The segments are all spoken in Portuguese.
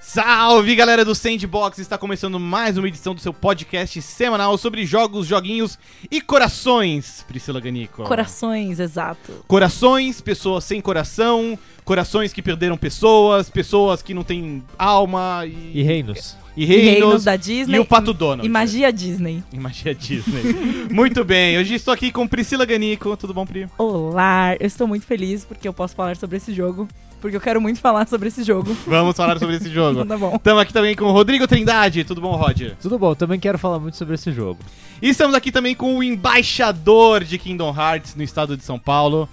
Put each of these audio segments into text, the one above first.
Salve galera do Sandbox! Está começando mais uma edição do seu podcast semanal sobre jogos, joguinhos e corações, Priscila Ganico. Corações, exato. Corações, pessoas sem coração, corações que perderam pessoas, pessoas que não têm alma E e, reinos. e E reinos. reinos da Disney. e o né? Pato Donald. E magia Disney. E magia Disney. Muito bem, hoje estou aqui com Priscila Ganico. Tudo bom, Pri? Olá, eu estou muito feliz porque eu posso falar sobre esse jogo. Porque eu quero muito falar sobre esse jogo. Vamos falar sobre esse Então jogo. tá bom. Estamos aqui também com o Rodrigo Trindade. Tudo bom, Roger? Tudo bom, também quero falar muito sobre esse jogo. E estamos aqui também com o embaixador de Kingdom Hearts no estado de São Paulo,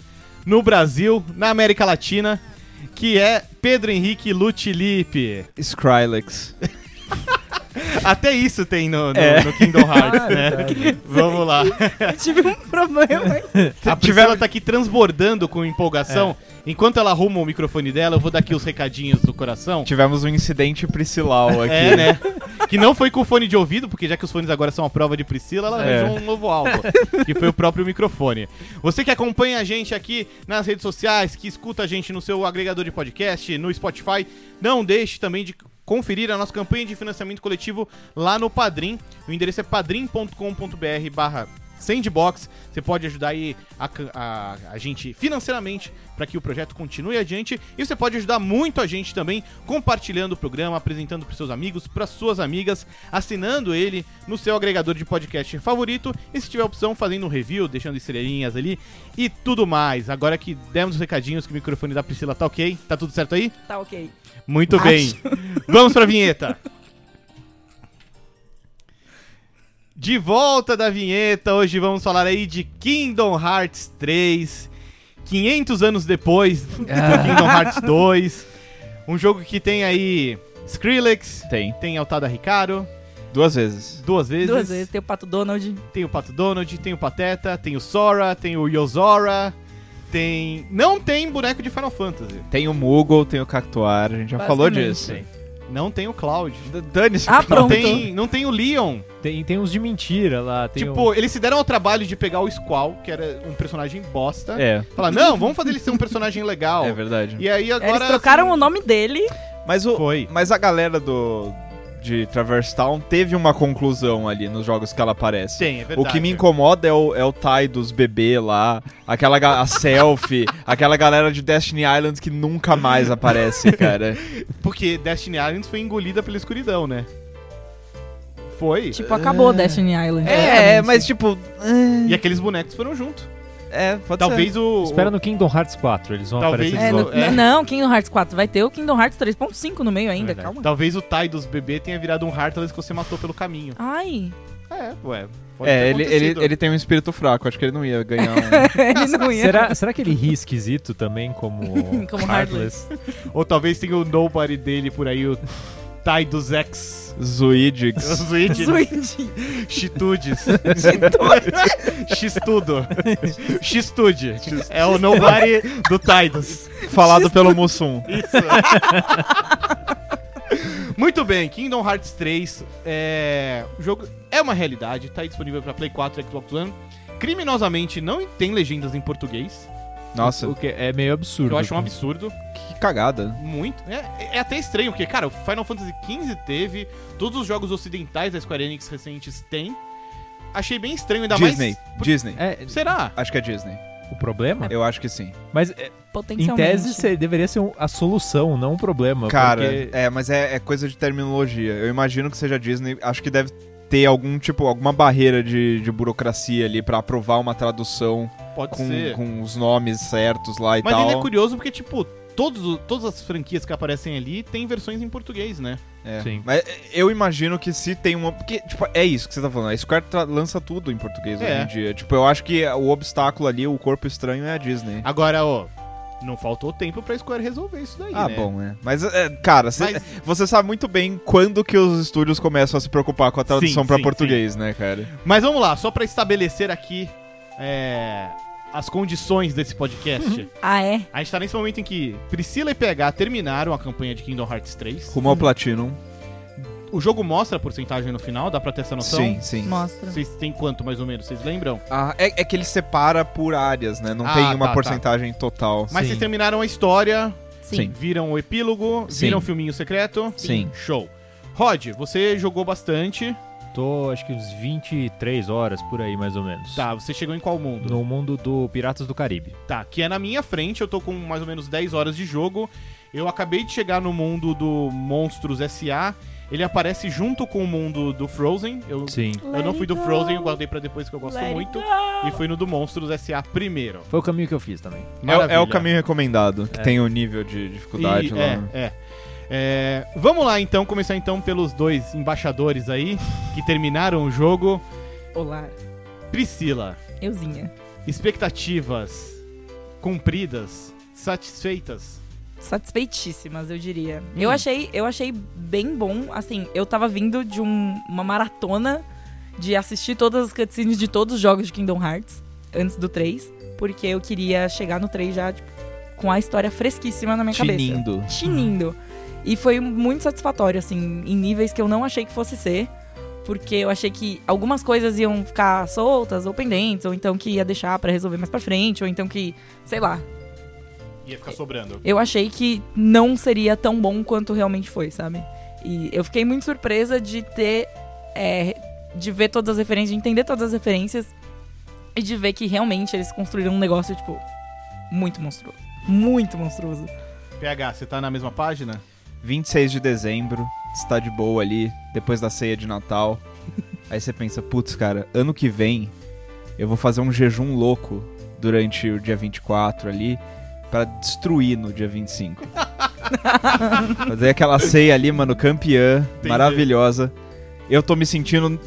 no Brasil, na América Latina, que é Pedro Henrique Lutilipe. Skrillex. Até isso tem no, no- É. no Kingdom Hearts, Ah, né? verdade. Vamos lá. Eu tive um problema. A Priscila tá aqui transbordando com empolgação. Enquanto ela arruma o microfone dela, eu vou dar aqui os recadinhos do coração. Tivemos um incidente Priscilau aqui. É, né? Que não foi com fone de ouvido, porque já que os fones agora são a prova de Priscila, ela É. arranjou um novo alvo, que foi o próprio microfone. Você que acompanha a gente aqui nas redes sociais, que escuta a gente no seu agregador de podcast, no Spotify, não deixe também de conferir a nossa campanha de financiamento coletivo lá no Padrim. O endereço é padrim.com.br barra Sandbox, você pode ajudar aí a, ca- a- a gente financeiramente para que o projeto continue adiante e você pode ajudar muito a gente também compartilhando o programa, apresentando para seus amigos, para suas amigas, assinando ele no seu agregador de podcast favorito e se tiver opção fazendo um review, deixando estrelinhas ali e tudo mais. Agora que demos os recadinhos, que o microfone da Priscila tá ok, tá tudo certo aí? Tá ok. Muito Acho. bem. Vamos pra vinheta. De volta da vinheta, hoje vamos falar aí de Kingdom Hearts 3. 500 anos depois do Kingdom Hearts 2. Um jogo que tem aí Skrillex, Tem. tem Altada Ricardo, Duas vezes. duas vezes. Duas vezes. Tem o Pato Donald. Tem o Pato Donald, tem o Pateta, tem o Sora, tem o Yozora, tem... Não tem boneco de Final Fantasy. Tem o Moogle, tem o Cactuar, a gente já falou disso. Basicamente. Não tem o Cloud. D- Dane-se. Ah, Não pronto. tem, não tem o Leon. Tem, tem uns de mentira lá. Tem tipo, eles se deram ao trabalho de pegar o Squall, que era um personagem bosta. É, Falar, não, vamos fazer ele ser um personagem legal. é verdade. e aí agora. Eles trocaram assim, o nome dele. Mas, o, Foi. mas a galera do de Traverse Town teve uma conclusão ali nos jogos que ela aparece. Tem, é O verdade. que me incomoda é o, é o Tai dos bebê lá, aquela ga- a selfie, aquela galera de Destiny Island que nunca mais aparece, cara. Porque Destiny Islands foi engolida pela escuridão, né? Foi. Tipo, acabou Destiny Island. É, é, basicamente. mas tipo. E aqueles bonecos foram junto. É, pode ser. Talvez o. um- Espera no Kingdom Hearts 4, eles vão Talvez- aparecer É, de no- novo. É. Não, Kingdom Hearts 4. Vai ter o Kingdom Hearts 3.5 no meio ainda. Verdade. Calma. Talvez o Tai dos bebê tenha virado um Heartless que você matou pelo caminho. Ai, É, ué. pode ter É, ele, ele, acontecido. ele tem um espírito fraco, acho que ele não ia ganhar um. ele não ia. Será, será que ele ri esquisito também como, Como Ou talvez tenha o Nobody dele por aí, o Tai dos X. Zuidix. Zuid. Zoidinho. Chitudes. X-tudo. X-tude. É o nobody do Tidus. Falado pelo Mussum. Isso. Muito bem, Kingdom Hearts 3 é, o jogo é uma realidade, tá aí disponível pra Play 4 e Xbox One. Criminosamente não tem legendas em português, Nossa, O que é meio absurdo. que eu acho um absurdo, que cagada. muito. É, é até estranho, porque, cara, o Final Fantasy XV teve, todos os jogos ocidentais da Square Enix recentes têm. Achei bem estranho, ainda Disney. mais... Disney. É, Será? Acho que é Disney. o problema? Eu acho que sim. Mas é, em Potencialmente. tese se- deveria ser um- a solução, não um problema. Cara, porque- é, mas é, é coisa de terminologia. Eu imagino que seja Disney. Acho que deve ter algum tipo, alguma barreira de, de burocracia ali pra aprovar uma tradução Pode com, ser. com os nomes certos lá e Mas tal. ainda é curioso porque, tipo, todos, o- todas as franquias que aparecem ali têm versões em português, né? É. Sim. Mas eu imagino que se tem uma. Porque, tipo, é isso que você tá falando. A Square tra- lança tudo em português É. hoje em dia. Tipo, eu acho que o obstáculo ali, o corpo estranho, é a Disney. Agora, ó, não faltou tempo pra Square resolver isso daí, Ah, né? bom, é. Mas, é, cara, cê- Mas- você sabe muito bem quando que os estúdios começam a se preocupar com a tradução Sim, pra sim, português, né, cara? Mas vamos lá, só pra estabelecer aqui é, as condições desse Uhum. podcast. Ah, é? a gente tá nesse momento em que Priscila e PH terminaram a campanha de Kingdom Hearts 3. Rumo ao Platinum. O jogo mostra a porcentagem no final, dá pra ter essa noção? Sim, sim. Mostra. Vocês têm quanto, mais ou menos? Vocês lembram? Ah, é, é que ele separa por áreas, né? Não Ah, tem tá, uma tá. porcentagem total. Mas Sim. vocês terminaram a história. Sim. Viram o epílogo, Sim. viram o filminho secreto. Sim. Show. Rod, você jogou bastante. Tô, acho que uns 23 horas por aí, mais ou menos. Tá, você chegou em qual mundo? No mundo do Piratas do Caribe. Tá, que é na minha frente, eu tô com mais ou menos 10 horas de jogo. Eu acabei de chegar no mundo do Monstros S.A. Ele aparece junto com o mundo do Frozen. Eu, Sim. eu não fui do Frozen, eu guardei pra depois que eu gosto Let it muito. E fui no do Monstros S.A. primeiro. Foi o caminho que eu fiz também. É, é o Maravilha. caminho recomendado, que É. tem o nível de dificuldade né? E- lá. é, é. É, Vamos lá então, começar então pelos dois embaixadores aí que terminaram o jogo. Olá, Priscila, euzinha. expectativas cumpridas, satisfeitas. satisfeitíssimas, eu diria. Eu achei, eu achei bem bom, assim, eu tava vindo de um- uma maratona de assistir todas as cutscenes de todos os jogos de Kingdom Hearts antes do 3, porque eu queria chegar no 3 já tipo, com a história fresquíssima na minha cabeça Tinindo. tinindo. E foi muito satisfatório, assim, em níveis que eu não achei que fosse ser. Porque eu achei que algumas coisas iam ficar soltas ou pendentes, ou então que ia deixar pra resolver mais pra frente, ou então que, sei lá. Ia ficar sobrando. Eu achei que não seria tão bom quanto realmente foi, sabe? E eu fiquei muito surpresa de ter. é, de ver todas as referências, de entender todas as referências e de ver que realmente eles construíram um negócio, tipo, muito monstruoso. Muito monstruoso. PH, você tá na mesma página? 26 de dezembro, você tá de boa ali, depois da ceia de Natal. Aí você pensa, putz, cara, ano que vem eu vou fazer um jejum louco durante o dia 24 ali pra destruir no dia 25. fazer aquela ceia ali, mano, campeã, maravilhosa. Eu tô me sentindo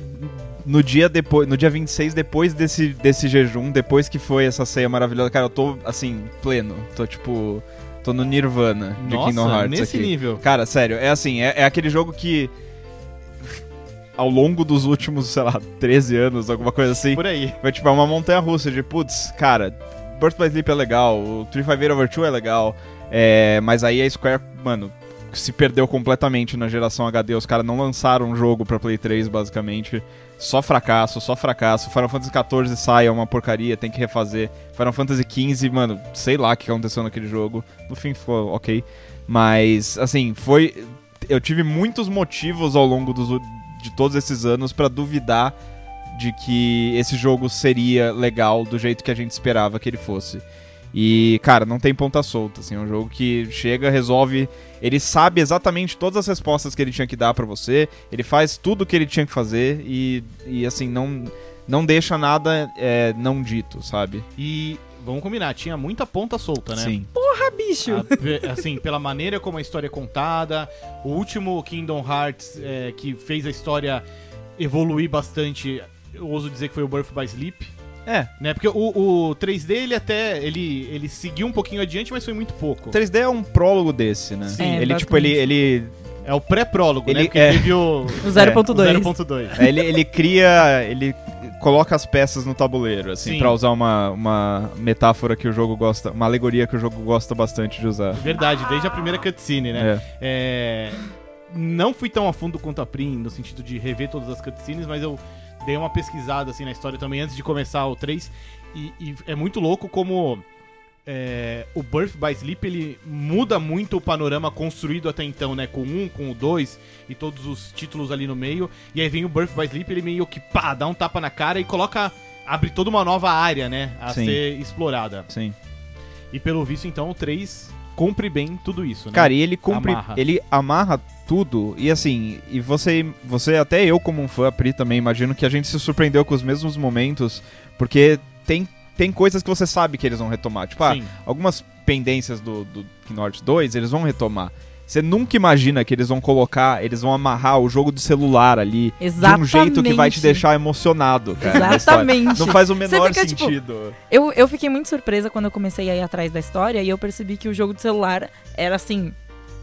no dia depois, no dia 26 depois desse desse jejum, depois que foi essa ceia maravilhosa, cara, eu tô assim, pleno. Tô tipo, tô no Nirvana de Kingdom Hearts nesse aqui. nível. Cara, sério, é assim, é, é aquele jogo que ao longo dos últimos, sei lá, 13 anos, alguma coisa assim, Por aí. foi tipo é uma montanha russa de, putz, cara, Birth by Sleep é legal, o 358 Over 2 é legal, é, mas aí a Square, mano, se perdeu completamente na geração HD, os caras não lançaram um jogo pra Play 3, basicamente. Só fracasso, só fracasso. Final Fantasy XIV sai, é uma porcaria, tem que refazer. Final Fantasy XV, mano, sei lá o que aconteceu naquele jogo. No fim ficou ok. Mas, assim, foi. Eu tive muitos motivos ao longo dos, u- de todos esses anos pra duvidar de que esse jogo seria legal do jeito que a gente esperava que ele fosse. E, cara, não tem ponta solta, assim, é um jogo que chega, resolve, ele sabe exatamente todas as respostas que ele tinha que dar pra você, ele faz tudo o que ele tinha que fazer e, e assim, não, não deixa nada é, não dito, sabe? E vamos combinar, tinha muita ponta solta, né? Ah, bicho! A- pe- assim, pela maneira como a história é contada, o último Kingdom Hearts é, que fez a história evoluir bastante, eu ouso dizer que foi o Birth by Sleep. É, Né? Porque o, o 3D, ele até. Ele, ele seguiu um pouquinho adiante, mas foi muito pouco. o 3D é um prólogo desse, né? Sim. É, ele, tipo, ele, ele, É o pré-prólogo, né? Ele- Porque é. teve o. O 0.2. 0.2. ele, ele cria, ele coloca as peças no tabuleiro, assim, Sim. pra usar uma, uma metáfora que o jogo gosta, uma alegoria que o jogo gosta bastante de usar. Verdade, desde a primeira cutscene, né? É, É. não fui tão a fundo quanto a Prim, no sentido de rever todas as cutscenes, mas eu dei uma pesquisada assim na história também antes de começar o 3. E, e é muito louco como é, o Birth by Sleep ele muda muito o panorama construído até então, né? Com o 1, com o 2 e todos os títulos ali no meio. E aí vem o Birth by Sleep, ele meio que pá, dá um tapa na cara e coloca. abre toda uma nova área, né? A Sim. ser explorada. Sim. E pelo visto, então, o 3 cumpre bem tudo isso, né? Cara, e ele cumpre, Amarra. ele amarra tudo e assim, e você, você até eu como um fã, a Pri também, imagino que a gente se surpreendeu com os mesmos momentos, porque tem tem coisas que você sabe que eles vão retomar. Tipo, ah, Sim. algumas pendências do, do Kingdom Hearts 2, eles vão retomar. Você nunca imagina que eles vão colocar, eles vão amarrar o jogo de celular ali Exatamente. de um jeito que vai te deixar emocionado, cara. na história. Exatamente. Não faz o Você menor fica, tipo, sentido. Eu, eu fiquei muito surpresa quando eu comecei a ir atrás da história e eu percebi que o jogo de celular era, assim,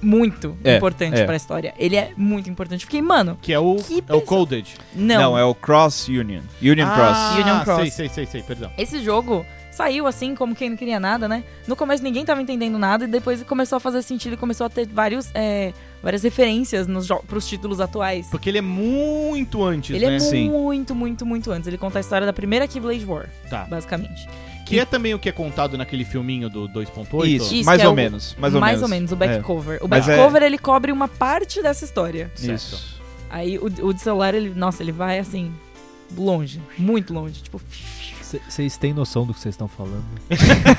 muito É, importante é. pra história. Ele é muito importante. Fiquei, mano, Que é o, é Que o pesado. Coded. Ah, não. Ah, Não. é o Cross Union. Ah, Union Cross. Union Cross. Sei, sei, sei, sei, perdão. Esse jogo saiu assim, como quem não queria nada, né? No começo ninguém tava entendendo nada e depois começou a fazer sentido e começou a ter vários, é, várias referências nos jo- pros títulos atuais. Porque ele é muito antes, Ele né? é Sim. muito, muito, muito antes. Ele conta a história da primeira Keyblade War, Tá. basicamente. Que, Que é também o que é contado naquele filminho do 2.8. Isso, Isso, mais que é ou o- menos. Mais ou menos. o back cover. O Mas back é- cover ele cobre uma parte dessa história. Certo. Isso. Aí o, o de celular, ele, nossa, ele vai assim, longe, muito longe. Tipo, Vocês têm noção do que vocês estão falando?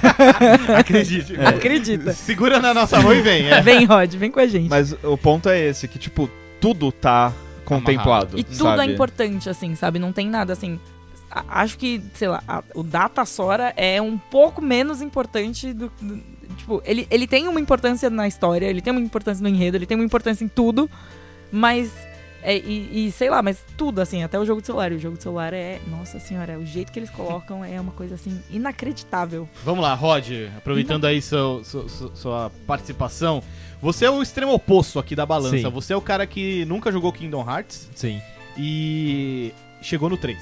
É. Acredite. acredita. Segura na nossa mão e vem, é. Vem, Rod, vem com a gente. Mas o ponto é esse, que, tipo, tudo tá contemplado. E tudo é sabe? importante, assim, sabe? Não tem nada assim. a- Acho que, sei lá, a- o Data Sora é um pouco menos importante do. do- tipo, ele, ele tem uma importância na história, ele tem uma importância no enredo, ele tem uma importância em tudo, mas. é, e, e sei lá, mas tudo, assim, até o jogo de celular. E o jogo de celular é. Nossa senhora, o jeito que eles colocam é uma coisa, assim, inacreditável. Vamos lá, Rod, aproveitando aí seu- su- su- sua participação. Você é o extremo oposto aqui da balança. Sim. Você é o cara que nunca jogou Kingdom Hearts Sim. e chegou no 3.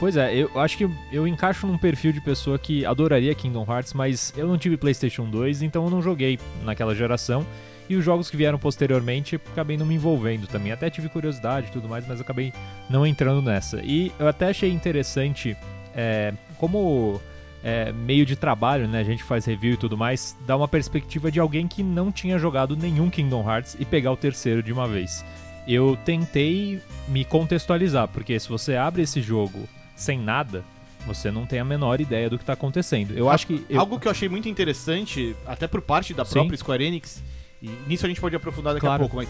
Pois é, eu acho que eu encaixo num perfil de pessoa que adoraria Kingdom Hearts, mas eu não tive PlayStation 2, então eu não joguei naquela geração. E os jogos que vieram posteriormente, acabei não me envolvendo também. Até tive curiosidade e tudo mais, mas acabei não entrando nessa. E eu até achei interessante, é, como é, meio de trabalho, né? A gente faz review e tudo mais, dar uma perspectiva de alguém que não tinha jogado nenhum Kingdom Hearts e pegar o terceiro de uma vez. Eu tentei me contextualizar, porque se você abre esse jogo sem nada, você não tem a menor ideia do que tá acontecendo. Eu acho que. eu- Algo que eu achei muito interessante, até por parte da Sim. própria Square Enix, e nisso a gente pode aprofundar daqui Claro. a pouco, mas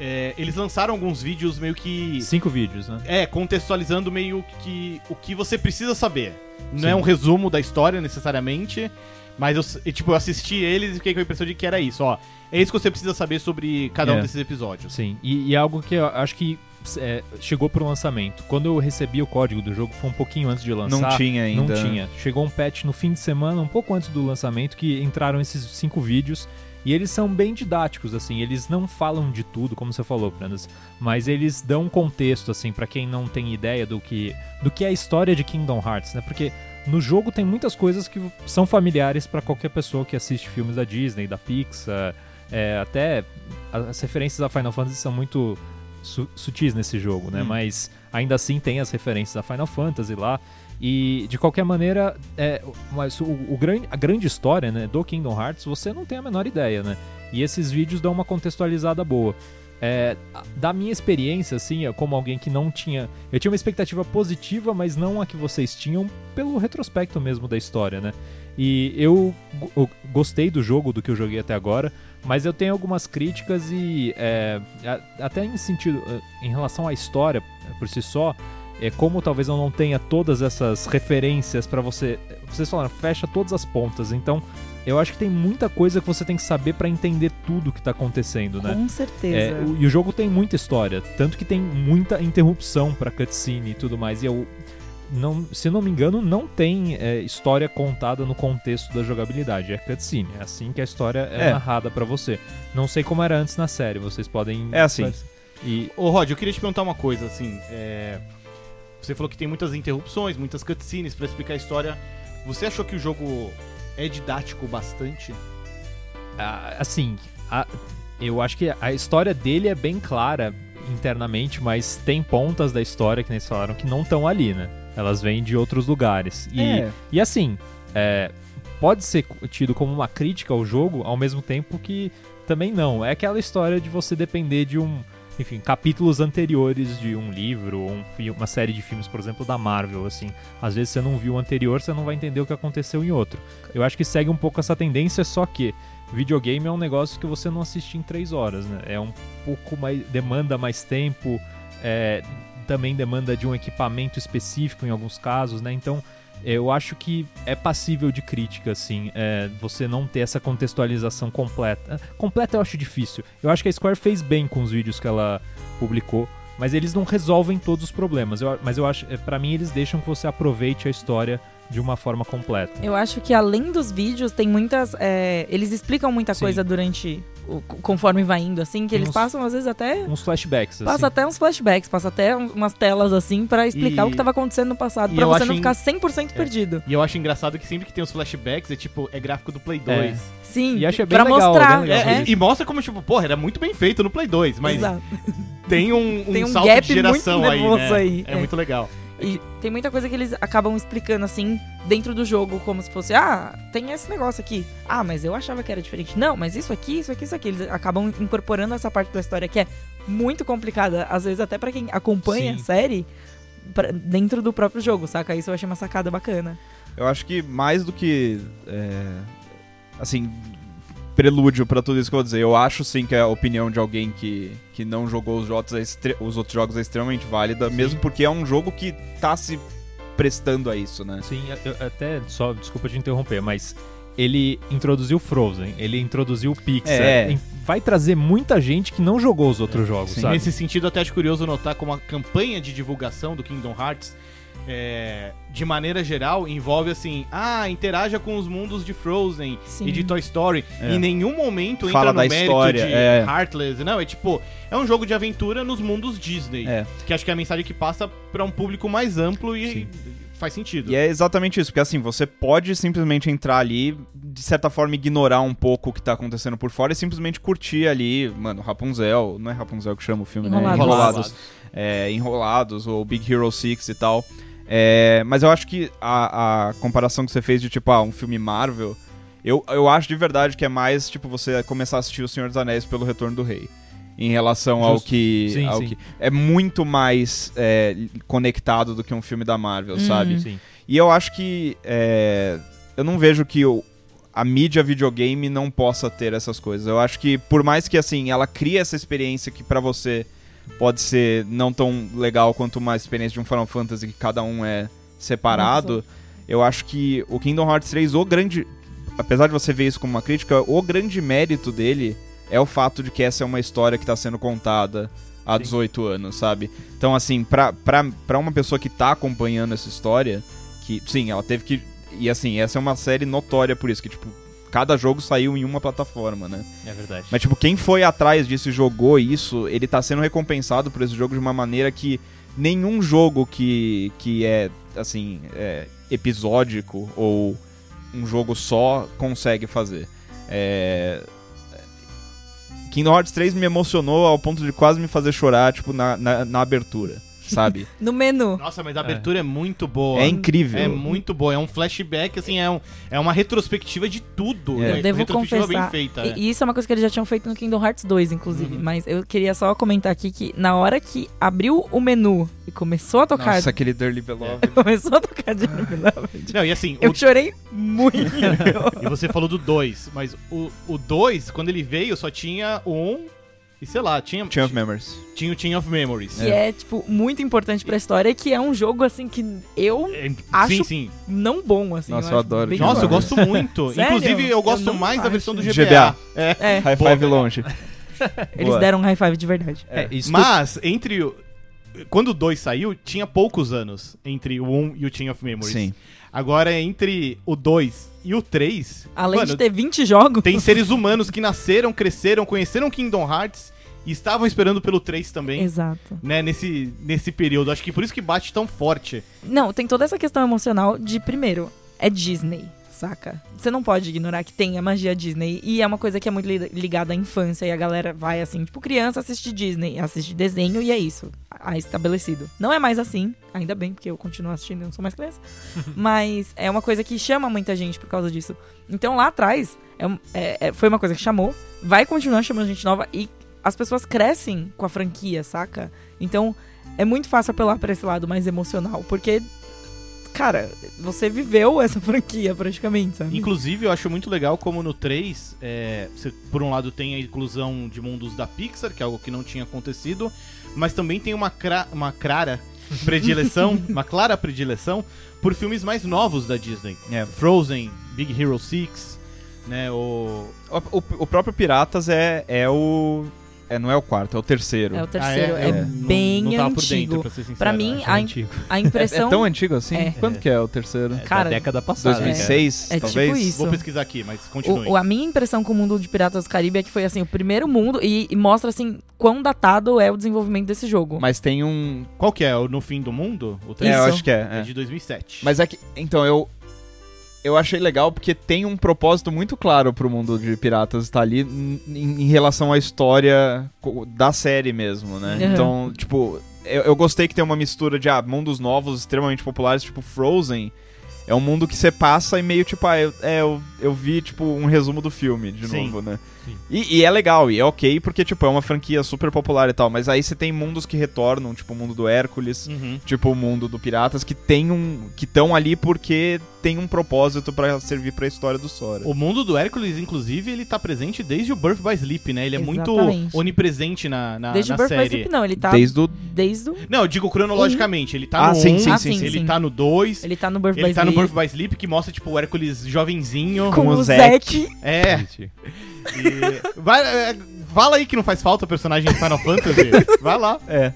é, eles lançaram alguns vídeos meio que. Cinco vídeos, né? É, contextualizando meio que o que você precisa saber. Não Sim. é um resumo da história necessariamente, mas eu, s- e, tipo, eu assisti eles e fiquei com a impressão de que era isso, ó. É isso que você precisa saber sobre cada um É. desses episódios. Sim, e, e algo que eu acho que é, chegou pro lançamento. Quando eu recebi o código do jogo, foi um pouquinho antes de lançar. Não tinha ainda. Não tinha. Chegou um patch no fim de semana, um pouco antes do lançamento, que entraram esses cinco vídeos. E eles são bem didáticos, assim, eles não falam de tudo, como você falou, Prandas, mas eles dão um contexto, assim, pra quem não tem ideia do que, do que é a história de Kingdom Hearts, né? Porque no jogo tem muitas coisas que são familiares pra qualquer pessoa que assiste filmes da Disney, da Pixar, é, até as referências a Final Fantasy são muito su- sutis nesse jogo, né? Hum. Mas ainda assim tem as referências a Final Fantasy lá. E de qualquer maneira, é, mas o, o grande, a grande história né, do Kingdom Hearts você não tem a menor ideia, né? E esses vídeos dão uma contextualizada boa. É, a- da minha experiência, assim, eu como alguém que não tinha. Eu tinha uma expectativa positiva, mas não a que vocês tinham, pelo retrospecto mesmo da história, né? E eu, go- eu gostei do jogo, do que eu joguei até agora, mas eu tenho algumas críticas e. é, a- até em sentido. eh, em relação à história eh, por si só, é como talvez eu não tenha todas essas referências pra você. Vocês falaram, fecha todas as pontas, então. Eu acho que tem muita coisa que você tem que saber pra entender tudo que tá acontecendo, né? Com É, certeza. o- e o jogo tem muita história, tanto que tem muita interrupção pra cutscene e tudo mais. E eu, não, se não me engano, não tem é, história contada no contexto da jogabilidade. É cutscene, é assim que a história é, É. narrada pra você. Não sei como era antes na série, vocês podem. É assim. E Ô, Rod, eu queria te perguntar uma coisa, assim. é, Você falou que tem muitas interrupções, muitas cutscenes pra explicar a história. Você achou que o jogo é didático bastante? a- assim, a- eu acho que a história dele é bem clara internamente, mas tem pontas da história que nem vocês falaram que não estão ali, né? Elas vêm de outros lugares. E É. E assim, é, pode ser co- tido como uma crítica ao jogo, ao mesmo tempo que também não. É aquela história de você depender de um. Enfim, capítulos anteriores de um livro ou um fi- uma série de filmes, por exemplo, da Marvel, assim. Às vezes você não viu o anterior, você não vai entender o que aconteceu em outro. Eu acho que segue um pouco essa tendência, só que videogame é um negócio que você não assiste em três horas, né? É um pouco mais. demanda mais tempo, é, também demanda de um equipamento específico em alguns casos, né? Então eu acho que é passível de crítica, assim, é, você não ter essa contextualização completa. Completa eu acho difícil. Eu acho que a Square fez bem com os vídeos que ela publicou, mas eles não resolvem todos os problemas. Eu- mas eu acho, é, para mim, eles deixam que você aproveite a história de uma forma completa. Eu acho que além dos vídeos, tem muitas. é, eles explicam muita Sim. coisa durante. o- conforme vai indo, assim, que Tem eles uns- passam, às vezes, até. Uns flashbacks, assim. Passa até uns flashbacks, passa até um- umas telas assim pra explicar E- o que tava acontecendo no passado, e pra eu você acho não in- ficar 100% é. perdido. E eu acho engraçado que sempre que tem os flashbacks é tipo, é gráfico do Play 2. Sim, E acho é bem pra legal, mostrar. bem legal É, é, e- E mostra como, tipo, porra, era muito bem feito no Play 2, mas Exato. tem um, um Tem um salto gap de geração muito aí, nervoso né? aí, É, é. muito legal. E tem muita coisa que eles acabam explicando assim dentro do jogo, como se fosse, ah, tem esse negócio aqui. Ah, mas eu achava que era diferente. Não, mas isso aqui, isso aqui, isso aqui. Eles acabam incorporando essa parte da história que é muito complicada, às vezes até pra quem acompanha Sim. a série pra- dentro do próprio jogo, saca? Isso eu achei uma sacada bacana. Eu acho que mais do que. é, assim, prelúdio pra tudo isso que eu vou dizer. Eu acho sim que a opinião de alguém que, que não jogou os, jogos é extre- os outros jogos é extremamente válida, mesmo porque é um jogo que tá se prestando a isso, né? Sim, eu- eu até só, desculpa te interromper, mas ele introduziu Frozen, ele introduziu Pixar. É. e Vai trazer muita gente que não jogou os outros jogos, sim. sabe? Nesse sentido, até acho curioso notar como a campanha de divulgação do Kingdom Hearts, é, de maneira geral, envolve assim: ah, interaja com os mundos de Frozen Sim. e de Toy Story. É. Em nenhum momento Fala entra no da mérito história, de é. Heartless. Não, é tipo, é um jogo de aventura nos mundos Disney. É. Que acho que é a mensagem que passa pra um público mais amplo e Sim. faz sentido. E é exatamente isso, porque assim, você pode simplesmente entrar ali, de certa forma ignorar um pouco o que tá acontecendo por fora e simplesmente curtir ali, mano, Rapunzel, não é Rapunzel que chama o filme, né? Enrolados. assim, Enrolados. é, Enrolados ou Big Hero 6 e tal. É, mas eu acho que a, a comparação que você fez de tipo, ah, um filme Marvel, eu, eu acho de verdade que é mais tipo você começar a assistir O Senhor dos Anéis pelo Retorno do Rei. Em relação ao, Justo. que, Sim, ao sim. que. É muito mais é, conectado do que um filme da Marvel, Hum. sabe? Sim. E eu acho que. é, eu não vejo que o- a mídia videogame não possa ter essas coisas. Eu acho que, por mais que assim, ela crie essa experiência que pra você pode ser não tão legal quanto uma experiência de um Final Fantasy que cada um é separado, eu acho que o Kingdom Hearts 3, o grande. Apesar de você ver isso como uma crítica, o grande mérito dele é o fato de que essa é uma história que tá sendo contada há Sim. 18 anos, sabe? Então, assim, pra, pra, pra uma pessoa que tá acompanhando essa história, que, sim, ela teve que. E assim, essa é uma série notória por isso, que, tipo, cada jogo saiu em uma plataforma, né? É verdade. Mas, tipo, quem foi atrás disso e jogou isso, ele tá sendo recompensado por esse jogo de uma maneira que nenhum jogo que, que é, assim, é, episódico ou um jogo só consegue fazer. É... Kingdom Hearts 3 me emocionou ao ponto de quase me fazer chorar, tipo, na, na, na abertura, sabe? No menu. Nossa, mas a abertura é, muito boa. é incrível. É muito boa, é um flashback, assim, é, um, é uma retrospectiva de tudo. É. É. Eu devo retrospectiva bem confessar, feita. E- é. E isso é uma coisa que eles já tinham feito no Kingdom Hearts 2, inclusive. Uhum. Mas eu queria só comentar aqui que na hora que abriu o menu e começou a tocar, Nossa, aquele Dirty Beloved. É. é começou a tocar de novo, Não, e assim, eu o- chorei muito. e você falou do 2, mas o 2, quando ele veio, só tinha o 1 um, e sei lá, tinha, Chain of Memories. tinha o Team of Memories. que é. tipo, muito importante pra história, que é um jogo, assim, que eu É, Acho Sim, sim. não bom, assim. Nossa, eu eu acho adoro. bem Nossa, eu zoado. gosto muito. Sério? Inclusive, eu Eu gosto não mais da acho. versão do GBA. GBA. É. É, High Boa. five longe. eles Boa. deram um high five de verdade. É, isso Mas, entre. o- Quando o 2 saiu, tinha poucos anos entre o 1 um e o Team of Memories. Sim. Agora, entre o 2 e o 3. Além de ter 20 jogos, Tem seres humanos que nasceram, cresceram, conheceram Kingdom Hearts e estavam esperando pelo 3 também, Exato. né, nesse, nesse período. Acho que por isso que bate tão forte. Não, tem toda essa questão emocional de, primeiro, é Disney, saca? Você não pode ignorar que tem a magia Disney. E é uma coisa que é muito li- ligada à infância. E a galera vai assim, tipo, criança assiste Disney, assiste desenho e é isso. Ah, estabelecido. Não é mais assim, ainda bem, porque eu continuo assistindo, eu não sou mais criança. Mas é uma coisa que chama muita gente por causa disso. Então lá atrás, é um- é- é- foi uma coisa que chamou, vai continuar chamando gente nova e as pessoas crescem com a franquia, saca? Então é muito fácil apelar pra esse lado mais emocional, porque, cara, você viveu essa franquia praticamente, sabe? Inclusive, eu acho muito legal como no 3, é, você, por um lado, tem a inclusão de mundos da Pixar, que é algo que não tinha acontecido, mas também tem uma, cra uma clara predileção, uma clara predileção por filmes mais novos da Disney. É. Frozen, Big Hero 6, né, o... O, o- o próprio Piratas é, é o. É, não é o quarto, é o terceiro. É o Ah, terceiro, é, eu não- bem não tava por antigo. dentro, pra ser sincero. né. Pra mim, é a, antigo. a É- é impressão. tão antigo assim? É. Quando que é o terceiro? É da cara, década passada. 2006, é tipo talvez? isso. Vou pesquisar aqui, mas continue. O, o- a minha impressão com o mundo de Piratas do Caribe é que foi assim, o primeiro mundo e, e mostra assim quão datado é o desenvolvimento desse jogo. Mas tem um. Qual que é? O No Fim do Mundo? O É, três? eu Isso. acho que é. É é. de 2007. Mas é que. Então, eu. Eu achei legal porque tem um propósito muito claro pro mundo de piratas estar ali n- em, em relação à história co- da série mesmo, né? Uhum. Então, tipo, eu, eu gostei que tem uma mistura de ah, mundos novos extremamente populares, tipo Frozen. É um mundo que você passa e meio tipo, ah, eu, é, eu, eu vi tipo um resumo do filme de Sim. novo, né? Sim. E, e é legal, e é ok, porque tipo, é uma franquia super popular e tal, mas aí você tem mundos que retornam, tipo o mundo do Hércules, Uhum. tipo o mundo do Piratas, que tem um. que estão ali porque tem um propósito pra servir pra história do Sora. O mundo do Hércules, inclusive, ele tá presente desde o Birth by Sleep, né? Ele é Exatamente. muito onipresente na, na, Desde na o Birth by série. Sleep, não, ele tá Desde o. desde o... Não, eu digo cronologicamente. Ele tá Ah, no sim, 1, sim, Ah, sim, sim, ele sim. tá no 2, ele, Ele tá no Birth by tá no Sleep. Birth by Sleep, que mostra, tipo, o Hércules jovenzinho. com com o o Zack. É. Gente, E... Vai, é, fala aí que não faz falta o personagem de Final Fantasy. Vai lá. É.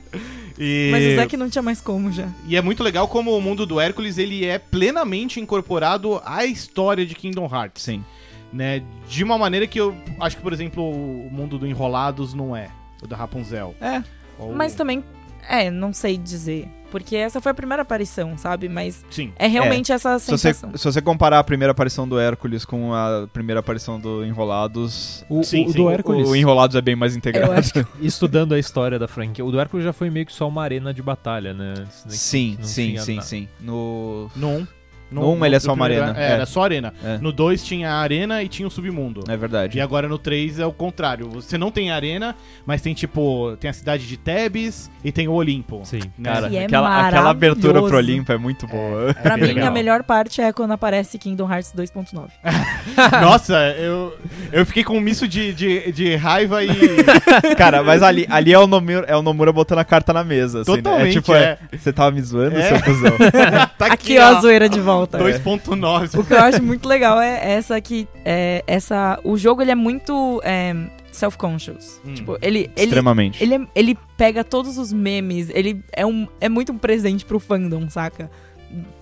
E... Mas o Zack não tinha mais como já. E é muito legal como o mundo do Hércules ele é plenamente incorporado à história de Kingdom Hearts, Sim. né? De uma maneira que eu acho que, por exemplo, o mundo do Enrolados não é, o da Rapunzel. É. Ou- Mas também, é, não sei dizer. Porque essa foi a primeira aparição, sabe? Mas sim. é realmente essa Se você, sensação. se você comparar a primeira aparição do Hércules com a primeira aparição do Enrolados, O, Sim, o sim. do Hércules, o Enrolados é bem mais integrado. Eu acho estudando a história da franquia, o do Hércules já foi meio que só uma arena de batalha, né? Antes, né? Sim, Não sim, tinha sim, nada. sim. No. No 1. No um ele é só uma arena, É, é. era só arena. É. No 2 tinha a arena e tinha o submundo. É verdade. E agora no 3 é o contrário. Você não tem arena, mas tem tipo. Tem a cidade de Tebes e tem o Olimpo. Sim. né? Cara, E é aquela, aquela abertura pro maravilhoso. Olimpo é muito boa. Pra bem mim, é legal. a melhor parte é quando aparece Kingdom Hearts 2.9. Nossa, eu, eu fiquei com um misto de, de, de raiva e. né? É tipo, Cara, mas ali, ali é, o Nomura, é o Nomura botando a carta na mesa. Assim, né? Totalmente, É tipo, é, você tava me zoando, É. seu cuzão. tá Aqui, ó, a zoeira de volta. 2.9. O que eu acho muito legal é essa que. É, essa, o jogo ele é muito é, self-conscious. Hum. Tipo, ele. ele Extremamente. ele, é- ele pega todos os memes, ele é, um, é muito um presente pro fandom, saca?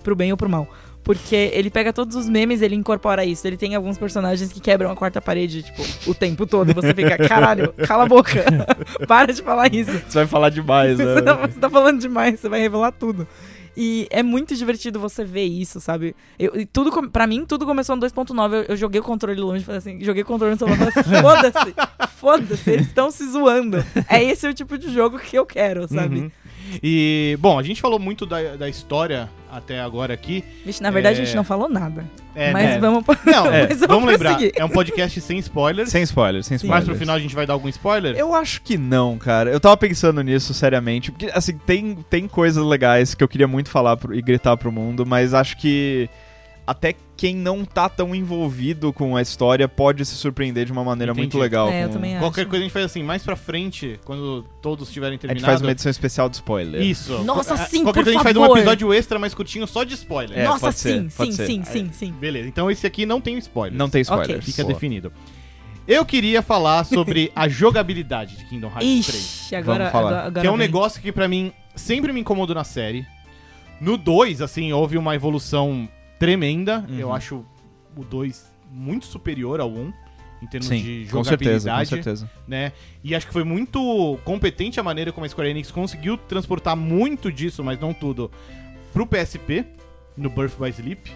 Pro bem ou pro mal. Porque ele pega todos os memes ele incorpora isso. Ele tem alguns personagens que quebram a quarta parede, tipo, o tempo todo. E você fica, caralho, cala a boca. Para de falar isso. Você vai falar demais, né? Você tá, você tá falando demais, você vai revelar tudo. E é muito divertido você ver isso, sabe? Eu, e tudo, com- pra mim, tudo começou no 2.9. Eu, eu joguei o controle longe, falei assim, joguei o controle no celular, falei, assim, foda-se, foda-se, eles estão se zoando. É esse o tipo de jogo que eu quero, sabe? Uhum. E, bom, a gente falou muito da, da história até agora aqui. Vixe, na verdade É. a gente não falou nada. É, mas, né? vamos, pra- Não, mas vamos, vamos lembrar. prosseguir. É um podcast sem spoilers. Sem spoilers, sem spoilers. Mas pro final a gente vai dar algum spoiler? Eu acho que não, cara. Eu tava pensando nisso seriamente. Porque, assim, tem, tem coisas legais que eu queria muito falar pro- e gritar pro mundo, mas acho que até quem não tá tão envolvido com a história pode se surpreender de uma maneira Entendi. muito legal. É, eu com- também acho. Qualquer coisa a gente faz assim, mais pra frente, quando todos tiverem A gente terminado. faz uma edição especial de spoiler. Isso. Nossa, Ah, sim, Qualquer por coisa a gente faz um favor. episódio extra mais curtinho só de spoiler. É, Nossa, pode ser, sim, pode sim, ser. sim, sim, sim. Beleza, então esse aqui não tem spoiler. Não tem spoilers. Ok. Fica Boa. definido. Eu queria falar sobre a jogabilidade de Kingdom Hearts 3. Ixi, agora, Vamos falar. agora, agora Que é um vem. negócio que pra mim sempre me incomodou na série. No 2, assim, houve uma evolução tremenda. Uhum. Eu acho o 2 muito superior ao 1 um, em termos de Sim, com jogabilidade, certeza, com certeza. né? E acho que foi muito competente a maneira como a Square Enix conseguiu transportar muito disso, mas não tudo, pro PSP, no Birth by Sleep.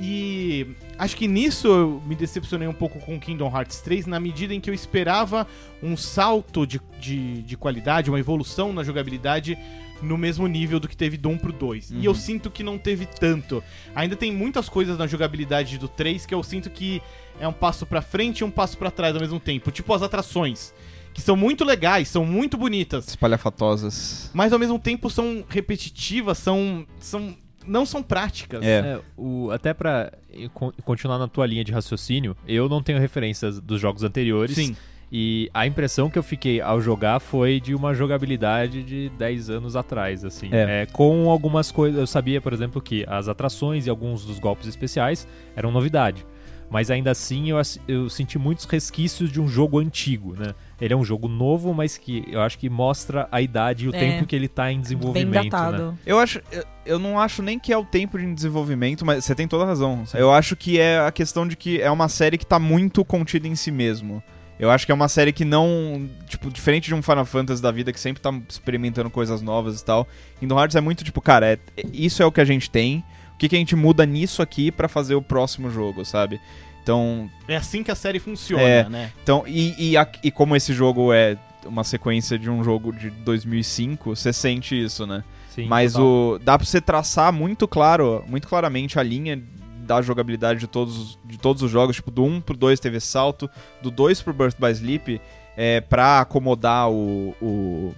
E acho que nisso eu me decepcionei um pouco com Kingdom Hearts 3, na medida em que eu esperava um salto de, de, de qualidade, uma evolução na jogabilidade no mesmo nível do que teve do 1 pro 2. E eu sinto que não teve tanto. Ainda tem muitas coisas na jogabilidade do 3 que eu sinto que é um passo pra frente e um passo pra trás ao mesmo tempo. Tipo as atrações, que são muito legais, são muito bonitas, Espalhafatosas. mas ao mesmo tempo são repetitivas, são são não são práticas. É. É, o- até pra eh, con- continuar na tua linha de raciocínio, eu não tenho referências dos jogos anteriores. Sim. E a impressão que eu fiquei ao jogar foi de uma jogabilidade de 10 anos atrás, assim. É. É, com algumas coisas. Eu sabia, por exemplo, que as atrações e alguns dos golpes especiais eram novidade. Mas ainda assim eu, ass- eu senti muitos resquícios de um jogo antigo, né? Ele é um jogo novo, mas que eu acho que mostra a idade e o É. tempo que ele tá em Bem desenvolvimento. Né? datado. Eu acho. eu- Eu não acho nem que é o tempo de desenvolvimento, mas você tem toda a razão. Eu acho que é a questão de que é uma série que tá muito contida em si mesmo. Eu acho que é uma série que não. Tipo, diferente de um Final Fantasy da vida que sempre tá experimentando coisas novas e tal. Kingdom Hearts é muito tipo, cara, é- isso é o que a gente tem. O que, que a gente muda nisso aqui pra fazer o próximo jogo, sabe? Então, É assim que a série funciona, É. né? então, e, e, a- e como esse jogo é uma sequência de um jogo de 2005, você sente isso, né? Sim, Mas total. o dá pra você traçar muito claro, muito claramente a linha da jogabilidade de todos, os- de todos os jogos, tipo do 1 pro 2 teve esse salto, do 2 pro Birth by Sleep, é pra acomodar o- o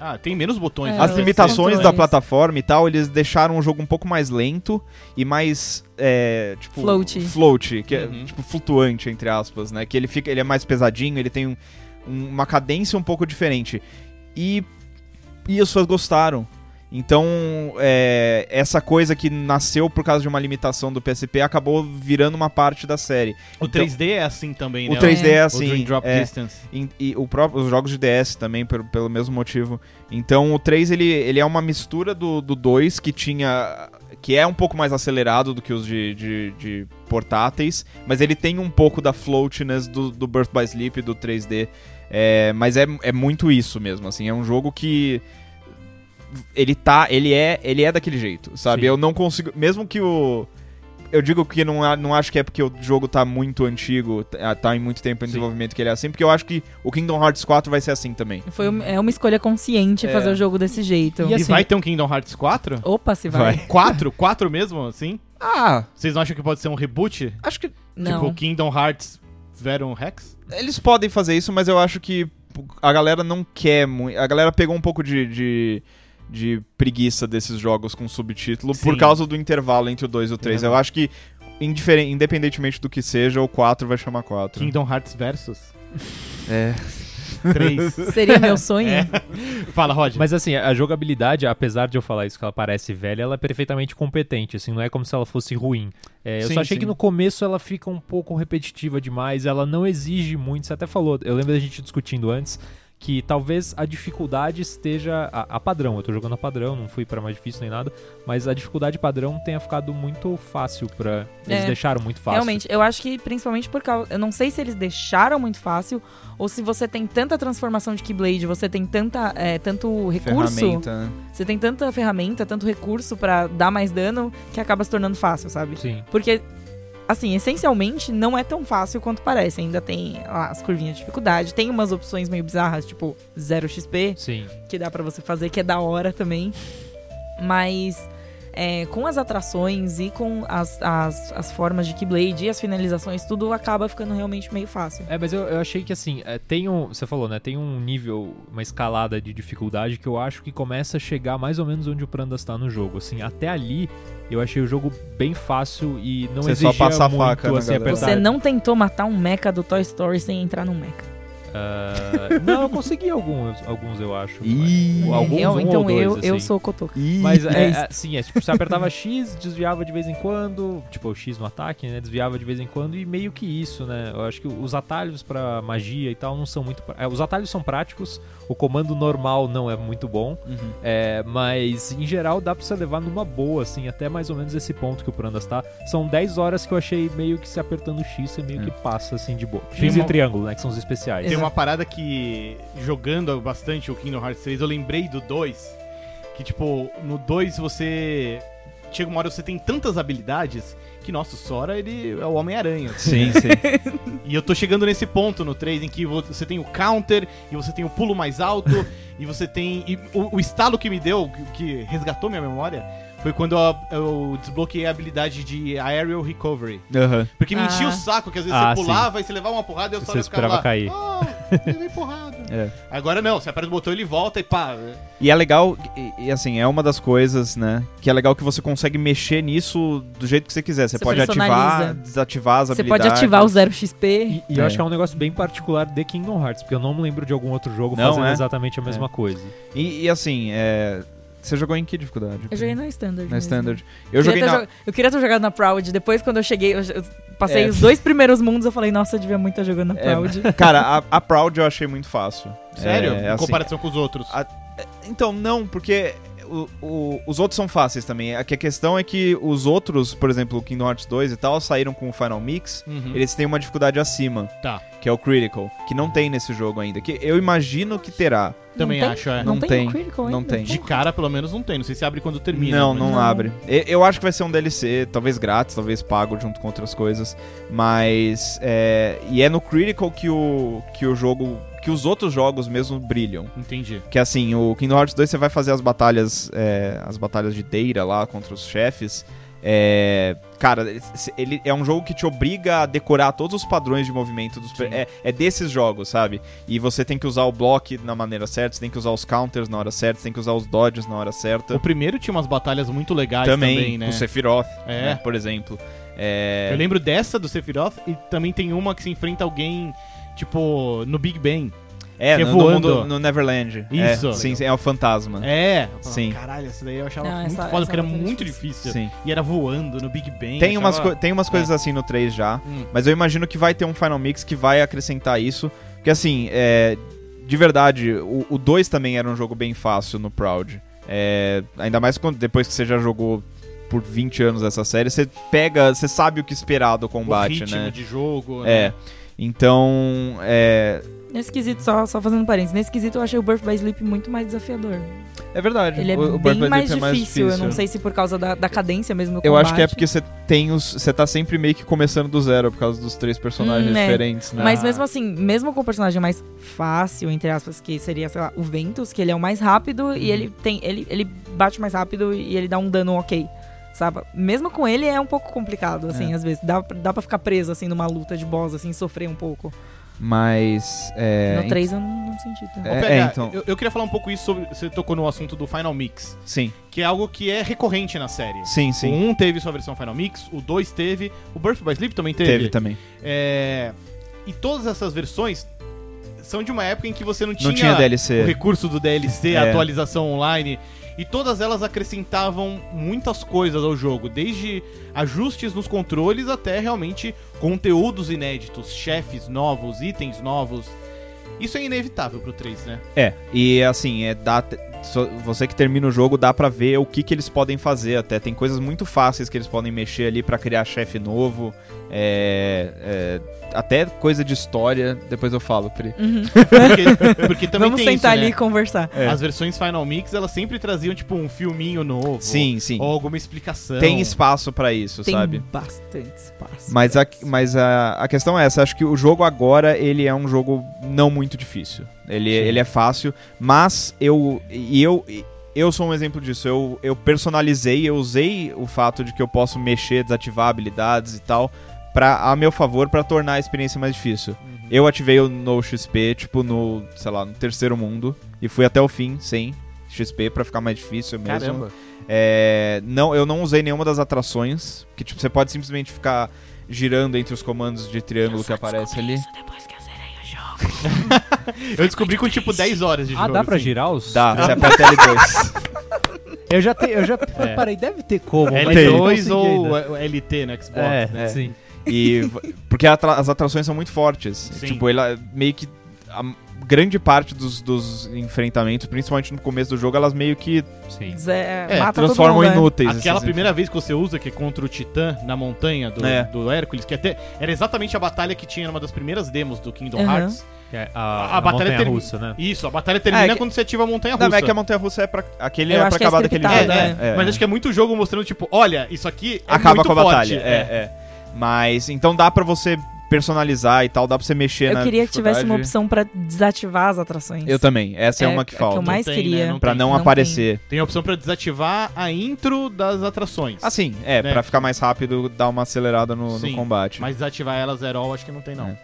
Ah, tem menos botões. É, né? as os limitações da controles. plataforma e tal, eles deixaram o jogo um pouco mais lento e mais é, tipo Float. float, que é Uhum. tipo flutuante entre aspas, né? Que ele fica, ele é mais pesadinho, ele tem um- um- uma cadência um pouco diferente e e as pessoas gostaram. Então, é, essa coisa que nasceu por causa de uma limitação do PSP acabou virando uma parte da série. O 3D é assim também, né? o 3D é, O Dream É. assim. Drop é, Distance. em- e o próprio, os jogos de DS também, pelo, pelo mesmo motivo. Então o 3 ele, ele é uma mistura do, do 2 que tinha. que é um pouco mais acelerado do que os de, de, de portáteis, mas ele tem um pouco da floatiness do, do Birth by Sleep do 3D. É, mas é, é muito isso mesmo, assim, é um jogo que. Ele tá. Ele é, ele é daquele jeito, sabe? Sim. Eu não consigo. Mesmo que o. Eu digo que não, a- não acho que é porque o jogo tá muito antigo, tá tá em muito tempo em Sim. desenvolvimento que ele é assim, porque eu acho que o Kingdom Hearts 4 vai ser assim também. Foi um- é uma escolha consciente É. fazer o jogo desse jeito. E, E assim- vai ter um Kingdom Hearts 4? Opa, se vai. Vai. 4? 4 mesmo, assim? Ah, Vocês não acham que pode ser um reboot? acho que Não. Tipo, Kingdom Hearts Verum Rex? eles podem fazer isso, mas eu acho que a galera não quer muito. A galera pegou um pouco de, de, de preguiça desses jogos com subtítulo por Sim. causa do intervalo entre o 2 e o 3. Eu acho que, indiferen- independentemente do que seja, o 4 vai chamar 4. Kingdom Hearts Versus? É. 3. Seria meu sonho? Fala, Roger. Mas assim, a jogabilidade, apesar de eu falar isso que ela parece velha, ela é perfeitamente competente, assim, não é como se ela fosse ruim. É, eu Sim, só achei sim. que no começo ela fica um pouco repetitiva demais, ela não exige muito, você até falou, eu lembro da gente discutindo antes, que talvez a dificuldade esteja a, a padrão, eu tô jogando a padrão, não fui pra mais difícil nem nada, mas a dificuldade padrão tenha ficado muito fácil pra... eles É. deixaram muito fácil. Realmente, eu acho que principalmente por causa. Eu não sei se eles deixaram muito fácil ou se você tem tanta transformação de Keyblade, você tem tanta, é, tanto recurso, Ferramenta. né? você tem tanta ferramenta, tanto recurso pra dar mais dano que acaba se tornando fácil, sabe? Sim. Porque, assim, essencialmente não é tão fácil quanto parece. Ainda tem lá, as curvinhas de dificuldade, tem umas opções meio bizarras, tipo 0 XP, Sim, que dá pra você fazer, que é da hora também. Mas é, com as atrações e com as, as, as formas de Keyblade e as finalizações, tudo acaba ficando realmente meio fácil. É, mas eu, eu achei que assim, é, tem um. Você falou, né? Tem um nível, uma escalada de dificuldade que eu acho que começa a chegar mais ou menos onde o Prandas tá no jogo. Assim, até ali eu achei o jogo bem fácil e não Você só exigia passa a muito, faca na assim, galera. apertar. Você não tentou matar um mecha do Toy Story sem entrar num mecha. Ah, não, eu consegui alguns, alguns eu acho. Ih. Alguns, eu, um então ou dois, eu, eu assim. sou o Kotoka. Ih, Mas é, é, sim, é tipo, você apertava X, desviava de vez em quando, tipo, o X no ataque, né? Desviava de vez em quando e meio que isso, né? Eu acho que os atalhos pra magia e tal não são muito. pra- é, os atalhos são práticos, o comando normal não é muito bom, Uhum. é, mas em geral dá pra você levar numa boa, assim, até mais ou menos esse ponto que o Prandas tá. São 10 horas que eu achei meio que se apertando o X, você meio É. que passa, assim, de boa. Tem X e uma- triângulo, né? Que são os especiais. Tem uma parada que, jogando bastante o Kingdom Hearts 3, eu lembrei do 2. Que, tipo, no 2 você. Chega uma hora que você tem tantas habilidades que, nossa, o Sora ele é o Homem-Aranha. Sim, sim. E eu tô chegando nesse ponto no 3 em que vo- você tem o counter, e você tem o pulo mais alto, e você tem. e o, o estalo que me deu, que- que resgatou minha memória, foi quando eu, eu desbloqueei a habilidade de Aerial Recovery. Aham. Porque me Ah. enchia o saco, que às vezes Ah, você pulava e você levava uma porrada e eu só Você ficava esperava lá. cair. Ah, levei porrada. É. Agora não, você aperta o botão, ele volta e pá. né? E é legal, e, e, assim, é uma das coisas, né? Que é legal que você consegue mexer nisso do jeito que você quiser. Você, Você pode ativar, personaliza. desativar as Você pode habilidades. ativar o 0 XP. E, e eu É. acho que é um negócio bem particular de Kingdom Hearts, porque eu não me lembro de algum outro jogo Não, fazendo é? exatamente a mesma coisa. E, e, assim, é... você jogou em que dificuldade? Eu joguei na Standard. na mesmo. Standard. queria Eu joguei ter na... jo- eu queria ter jogado na Proud. Depois, quando eu cheguei, eu, eu passei É. os dois primeiros mundos, eu falei, nossa, eu devia muito estar jogando na É, Proud. Cara, a, a Proud eu achei muito fácil. Sério? É, em assim, comparação com os outros. a- Então, não, porque o- o- os outros são fáceis também. A, que a questão é que os outros, por exemplo, o Kingdom Hearts 2 e tal, saíram com o Final Mix. Uhum. Eles têm uma dificuldade acima, Tá, que é o Critical, que não tem nesse jogo ainda. Que eu imagino que terá. também tem? acho, é. Não tem, no Critical não ainda? tem. De cara, pelo menos, não tem. Não sei se abre quando termina. né? Não, mas- não, Não. abre. E- Eu acho que vai ser um DLC, talvez grátis, talvez pago junto com outras coisas. Mas. é, e é no Critical que o, que o jogo que os outros jogos mesmo brilham. Entendi. Que assim, o Kingdom Hearts 2 você vai fazer as batalhas, é, as batalhas de Deira lá contra os chefes. É, cara, esse- ele é um jogo que te obriga a decorar todos os padrões de movimento dos per- é, é desses jogos, sabe? E você tem que usar o block na maneira certa, você tem que usar os counters na hora certa, você tem que usar os dodges na hora certa. O primeiro tinha umas batalhas muito legais também, também, né? o Sephiroth, É. né, por exemplo. É, Eu lembro dessa do Sephiroth e também tem uma que se enfrenta alguém, tipo, no Big Bang. é, que é no, no voando. mundo- no Neverland. É, Isso. sim, sim, é o fantasma. É. Eu falava, Sim. Caralho, essa daí eu achava Não, muito essa- foda, essa porque era batalha é muito difícil. difícil. Sim. E era voando no Big Bang. Tem eu umas, achava- coi- tem umas coisas assim no 3 já, Hum. mas eu imagino que vai ter um Final Mix que vai acrescentar isso. Porque assim, é, de verdade, o, o 2 também era um jogo bem fácil no Proud. É, ainda mais quando, depois que você já jogou por 20 anos essa série, você pega, você sabe o que esperar do o combate, ritmo né? de jogo. É. né? Então, é, Nesse quesito, só, só fazendo parênteses, nesse quesito eu achei o Birth by Sleep muito mais desafiador. é verdade. Ele é o, o Birth by bem mais, Sleep é difícil, eu não sei se por causa da, da cadência mesmo do Eu acho que é combate. porque você tem os, você tá sempre meio que começando do zero por causa dos três personagens Hum, é. diferentes, né? Mas mesmo assim, mesmo com o personagem mais fácil, entre aspas, que seria, sei lá, o Ventus, que ele é o mais rápido e Uhum. ele tem. Ele, ele bate mais rápido e ele dá um dano ok. Sabe? Mesmo com ele é um pouco complicado, assim, É. às vezes. Dá, dá pra ficar preso, assim, numa luta de boss, assim, sofrer um pouco. Mas é, no 3 eu não, não senti tanto. É, Ô, PH, é, então. eu, eu queria falar um pouco isso sobre. Você tocou no assunto do Final Mix, sim, que é algo que é recorrente na série. sim, sim. O 1 teve sua versão Final Mix, o 2 teve, o Birth by Sleep também teve. Teve também. É, e todas essas versões são de uma época em que você não tinha, Não tinha o DLC. recurso do DLC, É. a atualização online. E todas elas acrescentavam muitas coisas ao jogo, desde ajustes nos controles até realmente conteúdos inéditos, chefes novos, itens novos. Isso é inevitável pro 3, né? É. E assim, é dá, só- você que termina o jogo dá pra ver o que, que eles podem fazer até. Tem coisas muito fáceis que eles podem mexer ali pra criar chefe novo. É, é, até coisa de história, depois eu falo, Pri. Uhum. Porque, porque também Vamos tem sentar isso, ali né? e conversar. É. As versões Final Mix, elas sempre traziam, tipo, um filminho novo. Sim, sim. Ou alguma explicação. Tem espaço pra isso, Tem sabe? bastante espaço. Mas, a, pra é isso. mas a, a questão é essa, acho que o jogo agora, ele é um jogo não muito difícil. Ele, Sim. ele é fácil, mas eu e eu e eu sou um exemplo disso. Eu, eu personalizei, eu usei o fato de que eu posso mexer, desativar habilidades e tal para a meu favor pra tornar a experiência mais difícil. Eu ativei o no XP, tipo no, sei lá, no terceiro mundo e fui até o fim sem XP pra ficar mais difícil mesmo. Caramba. É, não, eu não usei nenhuma das atrações, que tipo, você pode simplesmente ficar girando entre os comandos de triângulo que aparece ali. Eu descobri com, tipo, 10 horas de Ah, jogo. dá pra assim. girar os. Dá, você aperta L2. Eu já tenho, eu já parei, deve ter como. mas eu não consegui L2 É, ou ainda. LT no Xbox, É, né? Sim. E, v- porque a atra- as atrações são muito fortes. Sim. Tipo, ela meio que. A grande parte dos, dos enfrentamentos, principalmente no começo do jogo, elas meio que Sim. Zé, É, mata todo transformam mundo, né? inúteis. Aquela assim. primeira vez que você usa, que é contra o Titã na montanha do, É. do Hércules, que até era exatamente a batalha que tinha numa das primeiras demos do Kingdom Aham. Hearts. Que é Ah, a, A a batalha montanha termina- russa, né? Isso, a batalha termina É, que- quando você ativa a montanha russa. Não, mas é que a Montanha Russa é pra. Aquele Eu é acho pra que é acabar daquele scriptado, jeito. é, né? né? Mas acho que é muito jogo mostrando, tipo, olha, isso aqui é acaba muito com a forte. batalha. É, é. Mas então dá pra você personalizar e tal, dá pra você mexer na Eu queria que tivesse uma dificuldade. opção pra desativar as atrações. Eu também, essa é, É uma que a que eu falta. mais tem, queria. Né? Não Pra tem. não, Não aparecer. Tem a opção pra desativar a intro das atrações. Assim, é, Né? pra ficar mais rápido, dar uma acelerada no, no Sim, combate. Mas, Mas desativar elas zero, all, acho que não tem, não.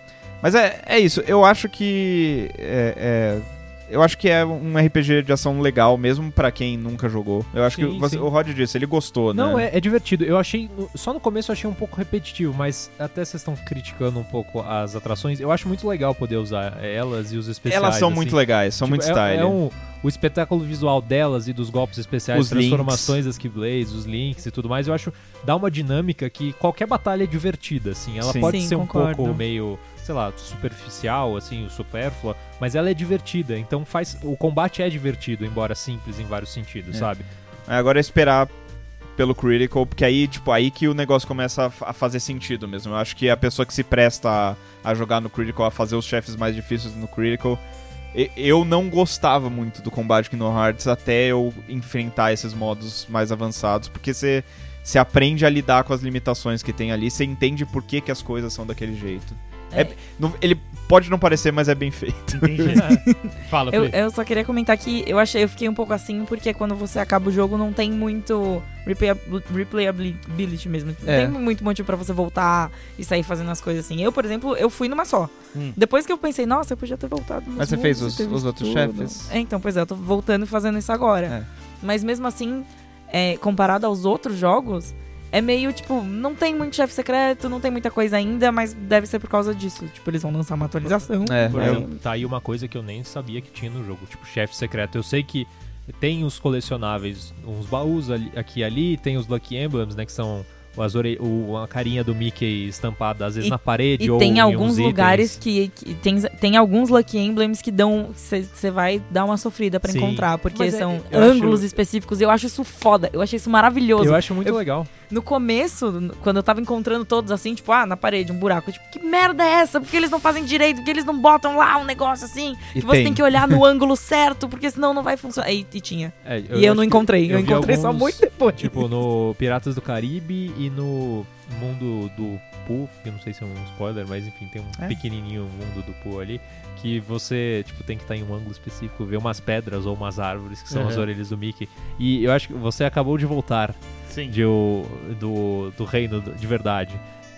é, é isso, eu acho que. é- é- eu acho que é um RPG de ação legal, mesmo pra quem nunca jogou. Eu acho que Sim, você- sim. o Rod disse, ele gostou, Não, né? é, é divertido. Eu achei. no- Só no começo eu achei um pouco repetitivo, mas até vocês estão criticando um pouco as atrações. Eu acho muito legal poder usar é, elas e os especiais. Elas são assim. muito legais, são Tipo, muito é- style. É, um- o espetáculo visual delas e dos golpes especiais, Os transformações das Keyblades, os links e tudo mais, eu acho dá uma dinâmica que qualquer batalha é divertida, assim. Ela Sim. pode Sim, ser um concordo. pouco meio, sei lá, superficial, assim, supérflua, mas ela é divertida. Então faz. O combate é divertido, embora simples em vários sentidos, É. sabe? Aí Agora é esperar pelo Critical, porque aí, tipo, aí que o negócio começa a fa- a fazer sentido mesmo. Eu acho que a pessoa que se presta a, a jogar no Critical, a fazer os chefes mais difíceis no Critical. e- Eu não gostava muito do combate aqui no Hearts até eu enfrentar esses modos mais avançados, porque você se aprende a lidar com as limitações que tem ali, você entende por que, que as coisas são daquele jeito. É- não- ele pode não parecer, mas é bem feito. Fala, Eu, Felipe. eu só queria comentar que eu achei, eu fiquei um pouco assim, porque quando você acaba o jogo não tem muito replay- replayability mesmo. Não É. tem muito motivo pra você voltar e sair fazendo as coisas assim. Eu, por exemplo, eu fui numa só. Hum. Depois que eu pensei, nossa, eu podia ter voltado. nos Mas você fez mundos, os- ter visto os outros tudo. chefes? É. É, então, pois é, eu tô voltando e fazendo isso agora. Mas mesmo assim, é, comparado aos outros jogos, é meio tipo, não tem muito chefe secreto, não tem muita coisa ainda, mas deve ser por causa disso. Tipo, eles vão lançar uma atualização. É, Por eu- exemplo, tá aí uma coisa que eu nem sabia que tinha no jogo, tipo chefe secreto. Eu sei que tem os colecionáveis, uns baús ali- aqui e ali, tem os Lucky Emblems, né, que são as ore... o, a carinha do Mickey estampada às vezes E- na parede E ou tem em alguns uns itens. lugares que, que tem, tem alguns Lucky Emblems que dão. Você vai dar uma sofrida pra Sim. encontrar, porque Mas é- são eu ângulos acho- específicos. Eu acho isso foda, eu achei isso maravilhoso. Eu acho muito Eu- legal. No começo, n- quando eu tava encontrando todos assim, tipo, ah, na parede, um buraco. Tipo, que merda é essa? Por que eles não fazem direito? Por que eles não botam lá um negócio assim? E que você tem. tem que olhar no ângulo certo, porque senão não vai funcionar. E, e tinha. É, e eu acho não que encontrei, eu, vi encontrei só alguns- muito depois. Tipo, no Piratas do Caribe e no mundo do Pooh, que eu não sei se é um spoiler, mas enfim, tem um É. pequenininho mundo do Pooh ali, que você, tipo, tem que estar em um ângulo específico, ver umas pedras ou umas árvores, que são as Uhum. orelhas do Mickey. E eu acho que você acabou de voltar Sim. de o- do, do reino do- de verdade.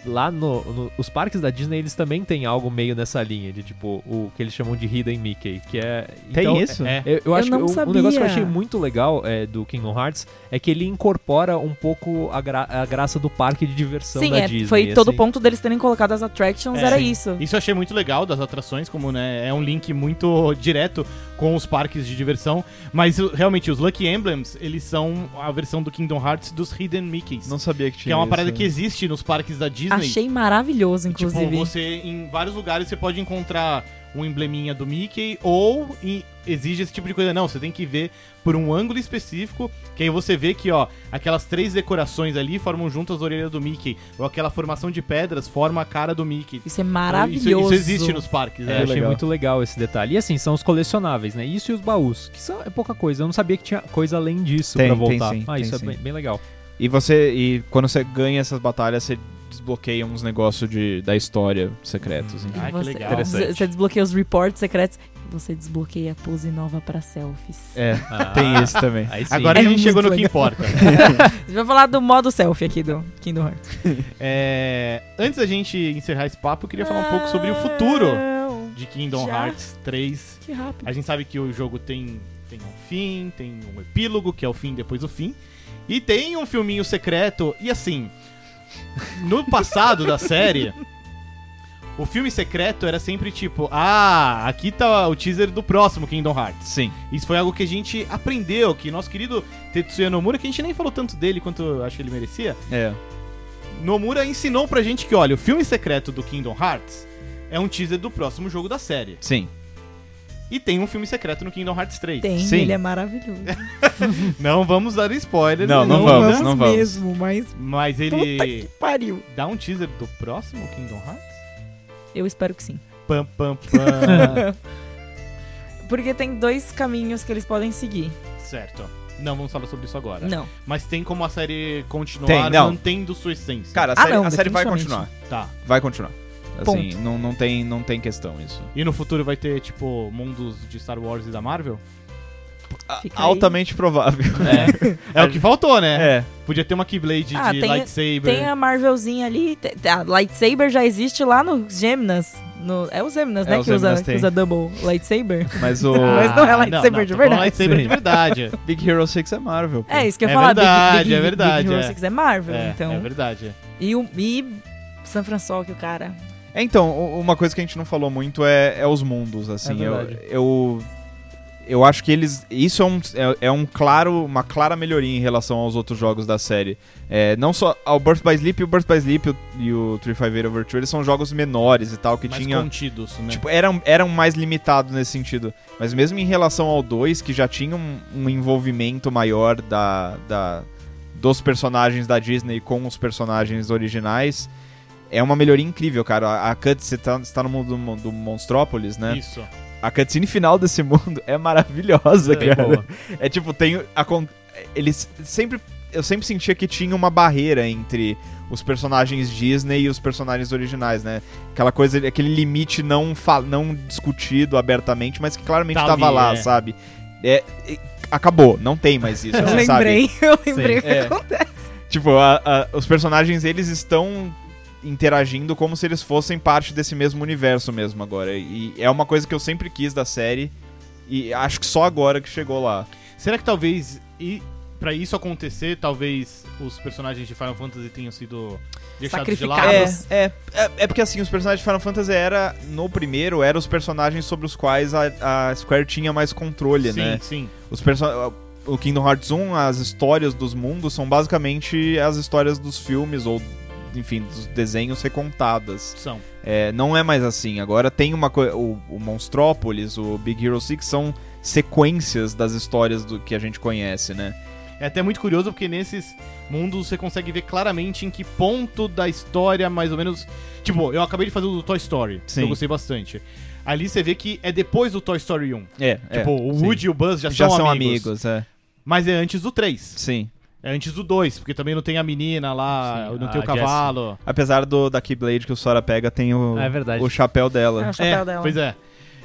Lá no, no- os parques da Disney, eles também têm algo meio nessa linha, de tipo, o que eles chamam de Hidden Mickey, que é... Tem então, isso? É. eu, eu acho não que o- um sabia. negócio que eu achei muito legal é, do Kingdom Hearts é que ele incorpora um pouco a, gra- a graça do parque de diversão Sim, da é, Disney. foi todo o assim. ponto deles terem colocado as attractions, É, era sim. isso. Isso eu achei muito legal das atrações, como né, é um link muito direto com os parques de diversão. Mas o- realmente, os Lucky Emblems, eles são a versão do Kingdom Hearts dos Hidden Mickeys. Não sabia que tinha. que é uma isso. parada que existe nos parques da Disney. Achei maravilhoso, Tipo, inclusive. você em vários lugares você pode encontrar um embleminha do Mickey ou e- exige esse tipo de coisa. Não, você tem que ver por um ângulo específico, que aí você vê que, ó, aquelas três decorações ali formam juntas as orelhas do Mickey, ou aquela formação de pedras forma a cara do Mickey. Isso é Isso, maravilhoso. isso existe nos parques, É, né? eu achei legal. muito legal esse detalhe. E assim, são os colecionáveis, né? Isso e os baús, que são é pouca coisa. Eu não sabia que tinha coisa além disso Tem, pra tem voltar. sim, ah, tem isso sim. é bem, bem legal. E você. E quando você ganha essas batalhas, você desbloqueia uns negócios de, da história Uhum. secretos. então. enfim. Ah, que você, legal. Interessante. Você desbloqueia os reports secretos. Você desbloqueia a pose nova pra selfies. É, Ah, tem isso também. Aí sim. Agora É a gente muito chegou no que legal. importa. A gente vai falar do modo selfie aqui do Kingdom Hearts. É, antes da gente encerrar esse papo, eu queria falar um pouco sobre o futuro Não, de Kingdom Já? Hearts 3. Que rápido. A gente sabe que o jogo tem, tem um fim, tem um epílogo, que é o fim depois do fim. E tem um filminho secreto. E assim, no passado da série, o filme secreto era sempre tipo: ah, aqui tá o teaser do próximo Kingdom Hearts. Sim. Isso foi algo que a gente aprendeu, que nosso querido Tetsuya Nomura, que a gente nem falou tanto dele quanto eu acho que ele merecia, É. Nomura ensinou pra gente que, olha, o filme secreto do Kingdom Hearts é um teaser do próximo jogo da série. Sim. E tem um filme secreto no Kingdom Hearts 3. Tem, Sim. ele é maravilhoso. Não vamos dar spoiler. Não, não vamos, não vamos. mesmo, mas Mas puta ele que pariu. dá um teaser do próximo Kingdom Hearts? Eu espero que sim. Pam, pam, pam. Porque tem dois caminhos que eles podem seguir. certo. Não vamos falar sobre isso agora. Não. Mas tem como a série continuar Tem, não. mantendo sua essência. Cara, a Ah, série, não, a série vai continuar. definitivamente. Tá. Vai continuar. Assim, Ponto. não, não, tem, não tem questão isso. E no futuro vai ter, tipo, mundos de Star Wars e da Marvel? Fica aí. Altamente provável. É. É o que faltou, né? É. Podia ter uma Keyblade Ah, de tem- lightsaber. Tem a Marvelzinha ali. te- te- A lightsaber já existe lá no Gemnas. No, é o Gemnas, É, né? o que, usa, Xemnas que tem. usa double lightsaber. Mas o Mas não é lightsaber Ah, não, de tô falando verdade. lightsaber de verdade. Big Hero 6 é Marvel. pô. É isso que eu ia É falar. verdade, Big, Big, é verdade, Big Hero é. 6 é Marvel, é, então. é verdade. E o e San Francisco, o cara. É, Então, u- uma coisa que a gente não falou muito é, é os mundos, assim. É eu, verdade. eu, eu acho que eles. Isso é um, é, é um claro, uma clara melhoria em relação aos outros jogos da série. É, não só ao Birth by Sleep, o Birth by Sleep e o- e o 358 Overture, eles são jogos menores e tal, que Mais tinha. contidos, né? Tipo, eram, eram mais limitados nesse sentido. Mas mesmo em relação ao 2, que já tinha um, um envolvimento maior da, da, dos personagens da Disney com os personagens originais, é uma melhoria incrível, cara. A, a cutscene, você tá, você tá no mundo do, mon- do Monstrópolis, né? Isso. A cutscene final desse mundo é maravilhosa, É, cara. boa. É tipo, tem. acon- eles sempre eu sempre sentia que tinha uma barreira entre os personagens Disney e os personagens originais, né? Aquela coisa, aquele limite não, fa- não discutido abertamente, mas que claramente Tá tava ali, lá, é. sabe? É, e- acabou, não tem mais isso, Eu você sabe? lembrei, eu lembrei o que É. acontece. Tipo, a- a- os personagens, eles estão interagindo como se eles fossem parte desse mesmo universo mesmo agora. E é uma coisa que eu sempre quis da série e acho que só agora que chegou lá. Será que talvez e para isso acontecer, talvez os personagens de Final Fantasy tenham sido deixados de lado? Sacrificados. É, Carlos. é, é, é porque assim, os personagens de Final Fantasy era, no primeiro, eram os personagens sobre os quais a, a Square tinha mais controle, sim, né? sim. Os perso- o Kingdom Hearts 1, as histórias dos mundos são basicamente as histórias dos filmes ou, enfim, dos desenhos recontadas. São. É, não é mais assim. Agora tem uma coisa. O, o Monstrópolis, o Big Hero 6 são sequências das histórias do que a gente conhece, né? É até muito curioso porque nesses mundos você consegue ver claramente em que ponto da história, mais ou menos. Tipo, eu acabei de fazer o do Toy Story, que Sim. eu gostei bastante. Ali você vê que é depois do Toy Story 1. É. tipo, é, o sim. Woody e o Buzz já, já são, são amigos, amigos, é. Mas é antes do 3. Sim. É antes do 2, porque também não tem a menina lá, Sim, não a Ah, tem o Jessie. cavalo. Apesar do da Keyblade que o Sora pega, tem o, Ah, é verdade. o chapéu É, dela. o chapéu é, dela. Pois é.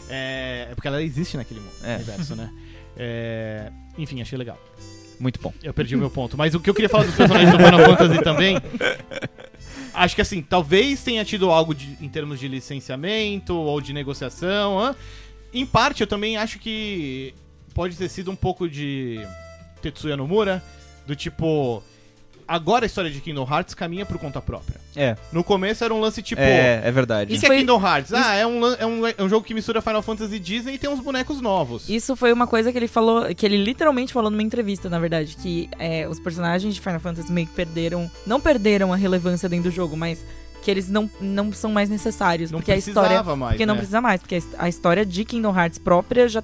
é. é porque ela existe naquele mu- Então. É. universo, né? É, enfim, achei legal. É. Muito bom. Eu perdi o meu ponto. Mas o que eu queria falar dos personagens do Final Fantasy também. Acho que assim, talvez tenha tido algo de- em termos de licenciamento ou de negociação. hã? Em parte, eu também acho que pode ter sido um pouco de Tetsuya Nomura, do tipo. Agora a história de Kingdom Hearts caminha por conta própria. É. No começo era um lance tipo. é, é O verdade. Isso que é foi- Kingdom Hearts? Ah, é um, lan- é, um, é um jogo que mistura Final Fantasy e Disney e tem uns bonecos novos. Isso foi uma coisa que ele falou, que ele literalmente falou numa entrevista, na verdade, que é, os personagens de Final Fantasy meio que perderam, não perderam a relevância dentro do jogo, mas que eles não, não são mais necessários, não porque a precisava história, é mais, porque não né? precisa mais, porque a his- a história de Kingdom Hearts própria já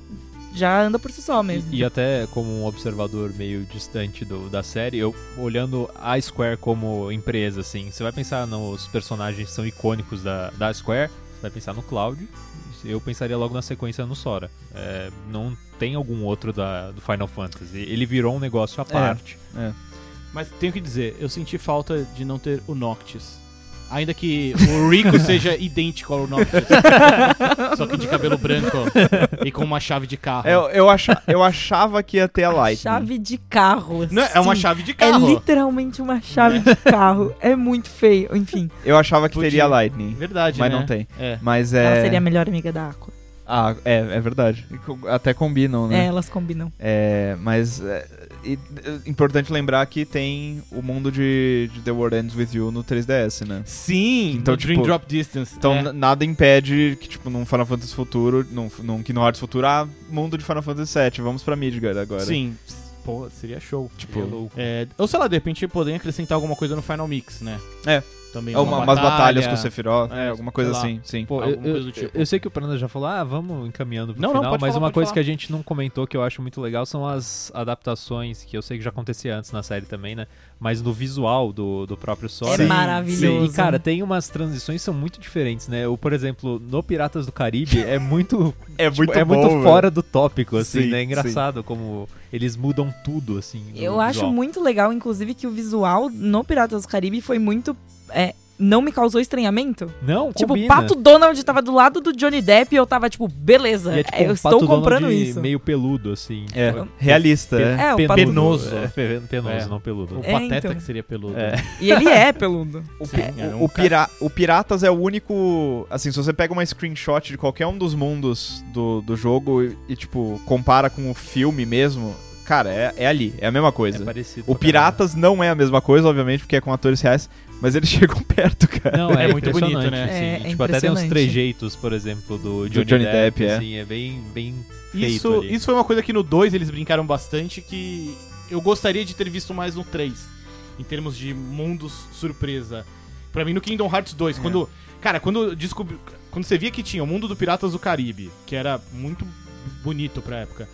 já anda por si só mesmo. E, e até como um observador meio distante do, da série, eu olhando a Square como empresa, assim, você vai pensar nos personagens que são icônicos da, da Square, você vai pensar no Cloud, eu pensaria logo na sequência no Sora. É, não tem algum outro da, do Final Fantasy. Ele virou um negócio à parte. Mas tenho que dizer, eu senti falta de não ter o Noctis. Ainda que o Rico seja idêntico ao Noctis. só que de cabelo branco e com uma chave de carro. É, eu, eu acha- eu achava que ia ter a Lightning. Chave de carro. é né? Não, é uma sim. chave de É carro. literalmente uma chave Né? de carro. É muito feio, enfim. Eu achava que Podia. teria a Lightning. Verdade, Mas né? não tem. É. Mas Ela é. seria a melhor amiga da Aqua. Ah, é, é verdade. E co- Até combinam, É, né? elas combinam. É, mas é, e- é importante lembrar que tem o mundo de, de The World Ends With You no 3DS, né? Sim, Então, então, Dream tipo, Drop Distance. Então é. n- nada impede que, tipo, num Final Fantasy futuro, num, num Kingdom Hearts futuro, ah, mundo de Final Fantasy VII, vamos pra Midgard agora. Sim. Pô, seria show. Tipo, Seria louco. É, ou sei lá, de repente poderiam acrescentar alguma coisa no Final Mix, né? É. Também É uma- umas batalhas com o Sephiroth, É, é, alguma coisa sei lá. assim, sim. Pô, eu, Alguma coisa eu- do tipo. eu sei que o Pranda já falou, ah, vamos encaminhando pro Não, não, final, pode mas falar, uma pode coisa falar. que a gente não comentou que eu acho muito legal são as adaptações, que eu sei que já acontecia antes na série também, né? Mas no visual do, do próprio Sora. É Sim, maravilhoso. assim, E, cara, tem umas transições que são muito diferentes, né? Eu, por exemplo, no Piratas do Caribe é muito, É tipo, é muito fora do tópico, assim, Sim, né? É engraçado como eles mudam tudo, assim. no Eu acho visual. muito legal, inclusive, que o visual no Piratas do Caribe foi muito. é, não me causou estranhamento. Não, Tipo, o combina. Pato Donald tava do lado do Johnny Depp e eu tava tipo, beleza, E é, tipo, eu um estou Pato comprando Donald isso. meio peludo, assim. É, tipo, realista, pe- é. É, o Pato Penoso. É, pe- penoso, É. não O peludo. É, Pateta então. que seria peludo. né? É. E ele é peludo. O, Sim, pi- era um o, o cara. pira- o Piratas é o único. Assim, se você pega uma screenshot de qualquer um dos mundos do, do jogo e, e, tipo, compara com o filme mesmo, cara, é, é ali, é a mesma É coisa. parecido. pra o caramba. Piratas não é a mesma coisa, obviamente, porque é com atores reais, mas eles chegam perto, cara. Não, é, É muito bonito, impressionante, né? assim. É, é tipo, até tem uns impressionante. trejeitos, por exemplo, do Johnny, Johnny Depp, Depp, é. assim, é bem, bem feito Isso, ali. isso foi uma coisa que no 2 eles brincaram bastante que eu gostaria de ter visto mais no 3, em termos de mundos surpresa. Pra mim no Kingdom Hearts 2, quando, cara, quando eu descobri, quando você via que tinha o mundo do Piratas do Caribe, que era muito bonito pra época.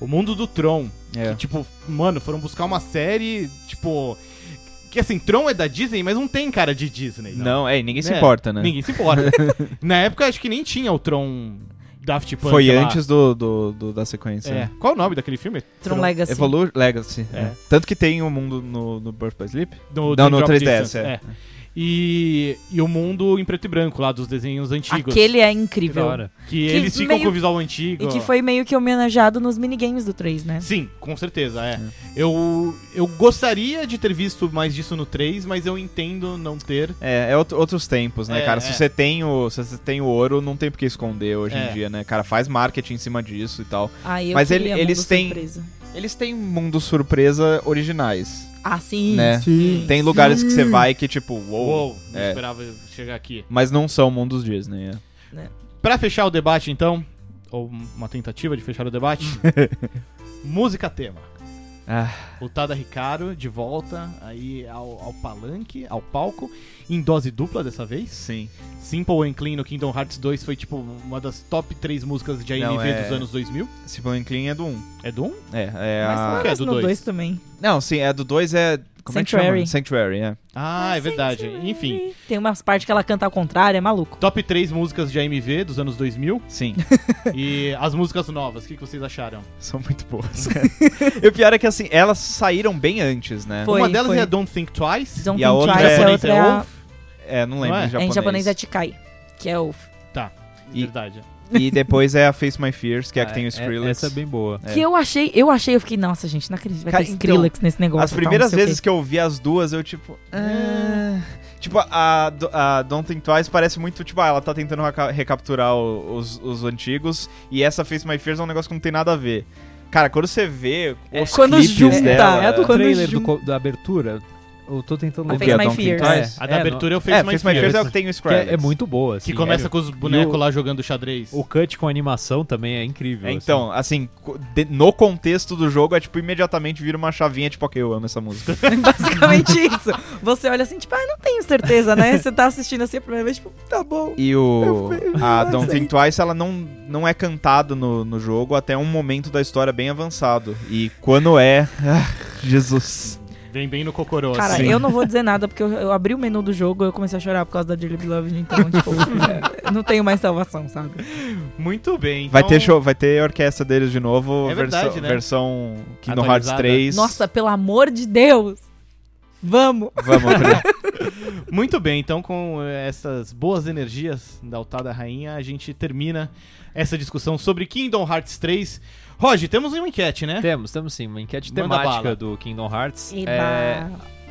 O mundo do Tron, É. que tipo, mano, foram buscar uma série, tipo, que assim, Tron é da Disney, mas não tem cara de Disney. Não, é, e ninguém se É, importa, né? Ninguém se importa. Na época, acho que nem tinha o Tron Daft Punk Foi lá. antes do, do- do- da sequência. né? É. Qual o nome daquele filme? Tron Legacy. Evolu Legacy. É. é. Tanto que tem o mundo no, no Birth by Sleep. No, do Não, no Drop 3DS, Distance, é. E, e o mundo em preto e branco lá dos desenhos antigos. Aquele é Que da incrível. hora. Que, que eles ficam meio- com o visual antigo. E que foi meio que homenageado nos minigames do 3, né? Sim, com certeza, é. Eu, eu gostaria de ter visto mais disso no 3, mas eu entendo não ter. É, é outro- outros tempos, né, É, cara? é. Se, você tem o, se você tem o ouro, não tem por que esconder hoje É. em dia, né? Cara, faz marketing em cima disso e tal. Aí eu Mas queria ele- eles mundo têm- surpresa. Eles têm mundos surpresa originais, Ah, sim. né? Sim. Tem lugares que você vai que, tipo, uou. Uou, não É. esperava chegar aqui. Mas não são mundos Disney. É. Pra fechar o debate, então, ou uma tentativa de fechar o debate, música tema. Ah, O Tada Ricaro de volta aí ao, ao palanque, ao palco, em dose dupla dessa vez. sim. Simple and Clean no Kingdom Hearts 2 foi tipo uma das top 3 músicas de Não, AMV é- dos anos 2000. Simple and Clean é do 1. É do 1? É, é Mas a... que é mas do no dois? 2 também. Não, sim, é do 2 é... Como é Sanctuary. que chama? Sanctuary, é. Ah, é verdade. Enfim, Tem umas partes que ela canta ao contrário, é maluco. top 3 músicas de AMV dos anos 2000 Sim. e as músicas novas. O que, que vocês acharam? São muito boas. e o pior é que, assim, elas saíram bem antes, né? Foi, uma delas foi. é Don't Think Twice. Don't E a Think outra Twice, é- a outra é a- É, não lembro Não é? em é, japonês. em japonês é Tikai, que é o... E- Verdade. E depois é a Face My Fears, que é a que Ah, tem o Skrillex. Essa é bem boa. É. Que eu achei, eu achei, eu fiquei, nossa gente, não acredito, vai Cara, ter Skrillex nesse negócio. As tal, não primeiras sei o vezes quê. que eu ouvi as duas, eu tipo. ah. Tipo, a, do- a Don't Think Twice parece muito, tipo, ah, ela tá tentando reca- recapturar o- os, os antigos. E essa Face My Fears é um negócio que não tem nada a ver. Cara, quando você vê É, os É, quando clipes junta, dela. É a do Quando trailer do jun- co- da abertura. Eu tô tentando A O lembrar. que? Face A My Don't Think Fears. Twice? A É, da não- abertura eu fiz É, My Face My Fears é o que tem o Que Skrillex. é, é muito boa, assim. Que começa é- com os bonecos E o- lá jogando xadrez. O cut com animação também é incrível. É, então, assim, co- de- no contexto do jogo, é tipo, imediatamente vira uma chavinha, tipo, ok, eu amo essa música. Basicamente isso. Você olha assim, tipo, ah, não tenho certeza, né? Você tá assistindo assim a primeira vez, tipo, tá bom. E o. A assim. Don't Think Twice, ela não, não é cantada no, no jogo até um momento da história bem avançado. E quando é. ah, Jesus. Vem bem no cocorô. Cara, assim. eu não vou dizer nada, porque eu, eu abri o menu do jogo e eu comecei a chorar por causa da Dearly Beloved, então, tipo, é, não tenho mais salvação, sabe? Muito bem. Vai, então- ter show, vai ter orquestra deles de novo, É verdade, versão, né? versão Kingdom Hearts Atualizada. 3. Nossa, pelo amor de Deus! Vamos! Vamos, Fred. Muito bem, então com essas boas energias da Altada Rainha, a gente termina essa discussão sobre Kingdom Hearts 3. Roger, temos uma enquete, né? assim. Temos, temos sim, uma enquete Manda bala. temática do Kingdom Hearts. Eba. É,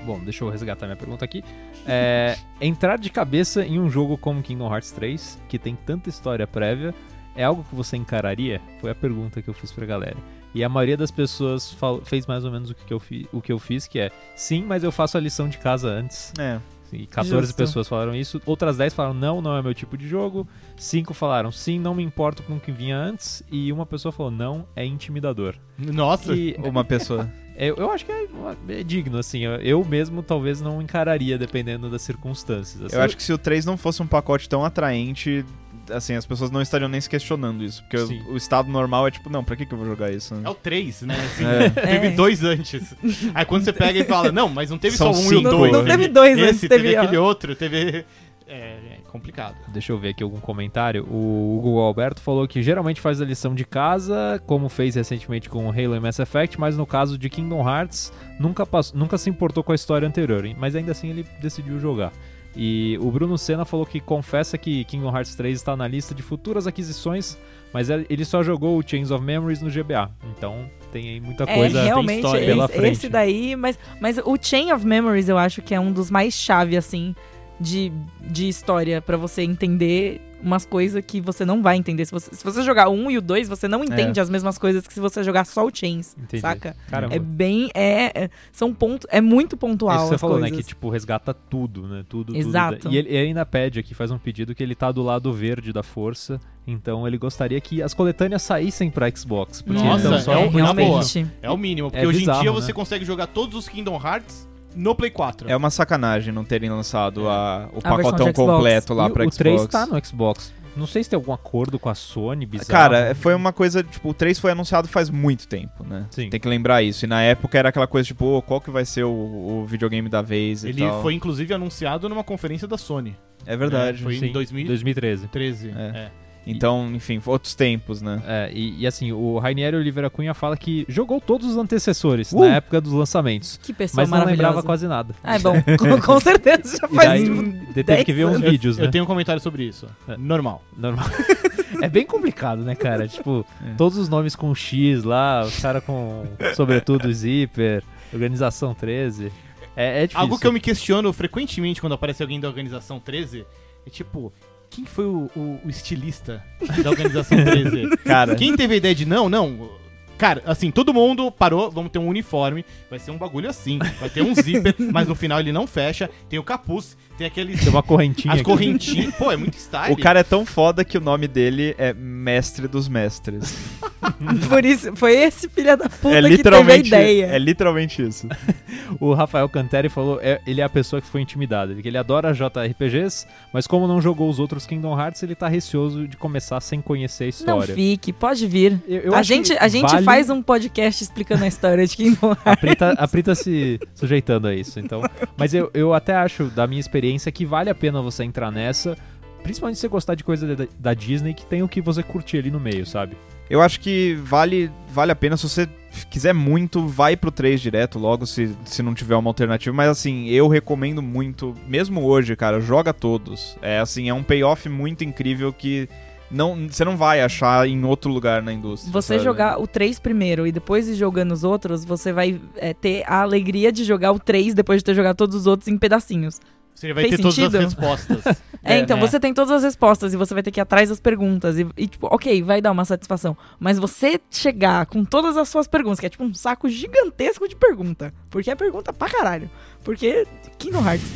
Bom, deixa eu resgatar minha pergunta aqui. É, entrar de cabeça em um jogo como Kingdom Hearts 3, que tem tanta história prévia, é algo que você encararia? Foi a pergunta que eu fiz pra galera. E a maioria das pessoas fal- fez mais ou menos o que, eu fi- o que eu fiz, que é sim, mas eu faço a lição de casa antes. É. E 14 Justo. pessoas falaram isso, outras 10 falaram não, não é meu tipo de jogo. 5 falaram sim, não me importo com o que vinha antes. E uma pessoa falou não, é intimidador. Nossa. E Uma pessoa. eu, eu acho que é, é digno, assim. Eu, eu mesmo talvez não encararia, dependendo das circunstâncias. assim. Eu acho que se o 3 não fosse um pacote tão atraente, assim, as pessoas não estariam nem se questionando isso. Porque Sim. o, o estado normal é tipo, não, pra que, que eu vou jogar isso? né? É o 3, né? Assim, É. Teve É. dois antes. Aí quando você pega e fala, não, mas não teve São só um e o cinco, dois. Não teve dois esse, antes, teve, teve, ó. aquele outro, teve... É, é complicado. Deixa eu ver aqui algum comentário. O Hugo Alberto falou que geralmente faz a lição de casa, como fez recentemente com Halo e Mass Effect, mas no caso de Kingdom Hearts, nunca, pass- nunca se importou com a história anterior, hein? mas ainda assim ele decidiu jogar. E o Bruno Senna falou que confessa que Kingdom Hearts 3 está na lista de futuras aquisições, mas é, ele só jogou o Chains of Memories no GBA. Então tem aí muita coisa é, tem realmente, história esse, pela frente. esse daí, mas, mas o Chain of Memories eu acho que é um dos mais chave, assim, de, de história, pra você entender umas coisas que você não vai entender. Se você, se você jogar o um e o dois, você não entende as mesmas coisas que se você jogar só o Chains, É. Entendi. saca? Caramba. É bem, é, é- são pontos, é muito pontual Isso que você as falou, né? coisas. Que, tipo, resgata tudo, né? Tudo, tudo. Exato. E ele, ele ainda pede aqui, faz um pedido que ele tá do lado verde da força. Então ele gostaria que as coletâneas saíssem pra Xbox. Porque Nossa, então, só é um- na boa. realmente. É o mínimo, porque É hoje em bizarro, dia né? você consegue jogar todos os Kingdom Hearts no Play 4. É uma sacanagem não terem É. lançado a- o A versão pacotão de Xbox. completo lá E pra o Xbox. 3 tá no Xbox. Não sei se tem algum acordo com a Sony, bizarro. Cara, é foi uma coisa, tipo, o 3 foi anunciado faz muito tempo, né? Sim. Tem que lembrar isso. E na época era aquela coisa, tipo, ô, qual que vai ser o, o videogame da vez e Ele tal. foi inclusive anunciado numa conferência da Sony. É verdade. Foi em Sim. 2013. 2013. É. Então, enfim, outros tempos, né? É, e, e assim, o Rainier Oliveira Cunha fala que jogou todos os antecessores Uh! na época dos lançamentos, Que pessoa mas não maravilhosa. lembrava quase nada. Ah, é bom. Com, com certeza já E faz. daí tipo, de- teve 10 que ver uns Eu- vídeos, eu, né? tenho um comentário sobre isso. Normal. Normal. é bem complicado, né, cara? Tipo, todos os nomes com X lá, os caras com, sobretudo, Zipper, Organização 13. É, é difícil. Algo que eu me questiono frequentemente quando aparece alguém da Organização 13 é tipo, quem foi o, o- o estilista da Organização 13? Cara. Quem teve a ideia de não, não. Cara, assim, todo mundo parou, vamos ter um uniforme, vai ser um bagulho assim, vai ter um zíper, mas no final ele não fecha, tem o capuz, tem aqueles Tem uma correntinha as aqui. correntinhas, pô, é muito style. O cara é tão foda que o nome dele é Mestre dos Mestres. Por isso, foi esse filho da puta que é teve a literalmente, ideia. é literalmente isso. O Rafael Canteri falou, é- ele é a pessoa que foi intimidada, que ele adora JRPGs, mas como não jogou os outros Kingdom Hearts, ele tá receoso de começar sem conhecer a Não história. fique, pode vir. Eu- eu a acho gente, que a gente vale- faz um podcast explicando a história de é. Kingdom Hearts. A Prita, a Prita se sujeitando a isso, então. Mas eu, eu até acho, da minha experiência, que vale a pena você entrar nessa, principalmente se você gostar de coisa da, da Disney que tem o que você curtir ali no meio, sabe? Eu acho que vale, vale a pena. Se você quiser muito, vai pro 3 direto logo, se, se não tiver uma alternativa. Mas assim, eu recomendo muito, mesmo hoje, cara, joga todos. É assim, é um payoff muito incrível que não, você não vai achar em outro lugar na indústria. Você sabe? né? jogar o 3 primeiro e depois ir jogando os outros, você vai é, ter a alegria de jogar o 3 depois de ter jogado todos os outros em pedacinhos. Você vai Fez ter todas sentido? as respostas. É, É, então né? você tem todas as respostas e você vai ter que ir atrás das perguntas. E, e, tipo, ok, vai dar uma satisfação. Mas você chegar com todas as suas perguntas, que é tipo um saco gigantesco de pergunta. Porque é pergunta pra caralho. Porque Kingdom Hearts.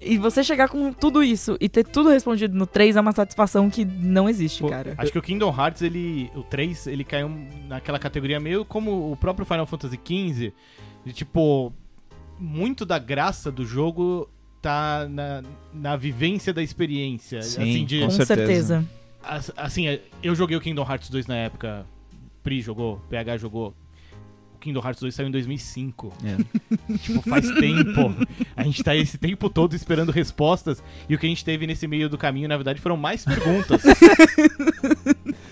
e você chegar com tudo isso e ter tudo respondido no 3 é uma satisfação que não existe, Pô, cara. Acho que o Kingdom Hearts, ele, o 3, ele caiu naquela categoria meio como o próprio Final Fantasy XV, de tipo, muito da graça do jogo tá na, na vivência da experiência. Sim, assim, de, com Com certeza. as- assim, é, eu joguei o Kingdom Hearts 2 na época, Pri jogou, PH jogou. O Kingdom Hearts 2 saiu em 2005. É. Tipo, faz tempo. A gente tá esse tempo todo esperando respostas. E o que a gente teve nesse meio do caminho, na verdade, foram mais perguntas.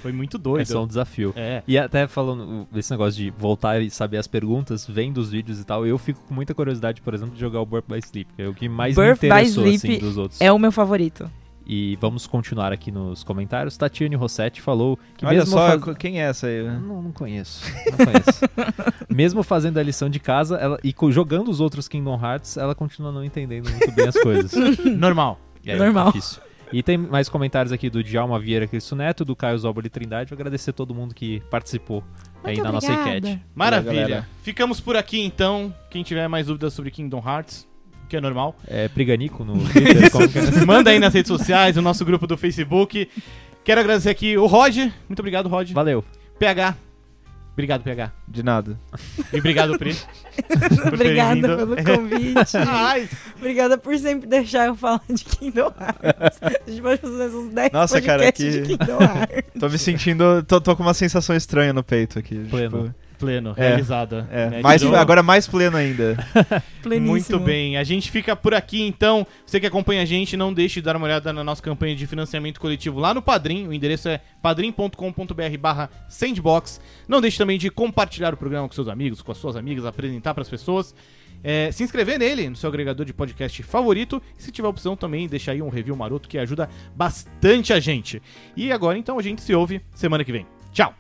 Foi muito É só doido. um desafio. É. E até falando o- desse negócio de voltar e saber as perguntas, vendo os vídeos e tal, eu fico com muita curiosidade, por exemplo, de jogar o Birth by Sleep, que é o que mais me Birth by interessou, assim, Sleep dos outros. É o meu favorito. E vamos continuar aqui nos comentários. Tatiane Rossetti falou que Olha mesmo só, faz- quem é essa aí, né? Não, não conheço. Não conheço. Mesmo fazendo a lição de casa ela- e co- jogando os outros Kingdom Hearts, ela continua não entendendo muito bem as coisas. Normal. É Normal. difícil. E tem mais comentários aqui do Djalma Vieira Cristo Neto, do Caio Zóboli Trindade. Eu agradecer todo mundo que participou aí Muito na nossa obrigada. enquete. Maravilha. galera. Ficamos por aqui então. Quem tiver mais dúvidas sobre Kingdom Hearts, que é normal, É, Priganico no Twitter. como que é? manda aí nas redes sociais, o nosso grupo do Facebook. Quero agradecer aqui o Roger. Muito obrigado, Roger. Valeu. PH. Obrigado, PH. De nada. E obrigado, Pri. por terem Obrigada vindo. pelo convite. Ai, Obrigada por sempre deixar eu falar de Kingdom Hearts. A gente vai fazer uns 10 Nossa, cara, podcasts que- de Kingdom Hearts. Tô me sentindo. Tô, tô com uma sensação estranha no peito aqui. Pleno. tipo, pleno, É. realizado. é, né? mais, Tirou- agora mais pleno ainda. Pleníssimo. Muito bem, a gente fica por aqui então. Você que acompanha a gente, não deixe de dar uma olhada na nossa campanha de financiamento coletivo lá no Padrim. O endereço é padrim.com.br barra sandbox. Não deixe também de compartilhar o programa com seus amigos, com as suas amigas, apresentar pras pessoas. É, se inscrever nele, no seu agregador de podcast favorito. E se tiver opção também, deixar aí um review maroto que ajuda bastante a gente. E agora então a gente se ouve semana que vem. Tchau!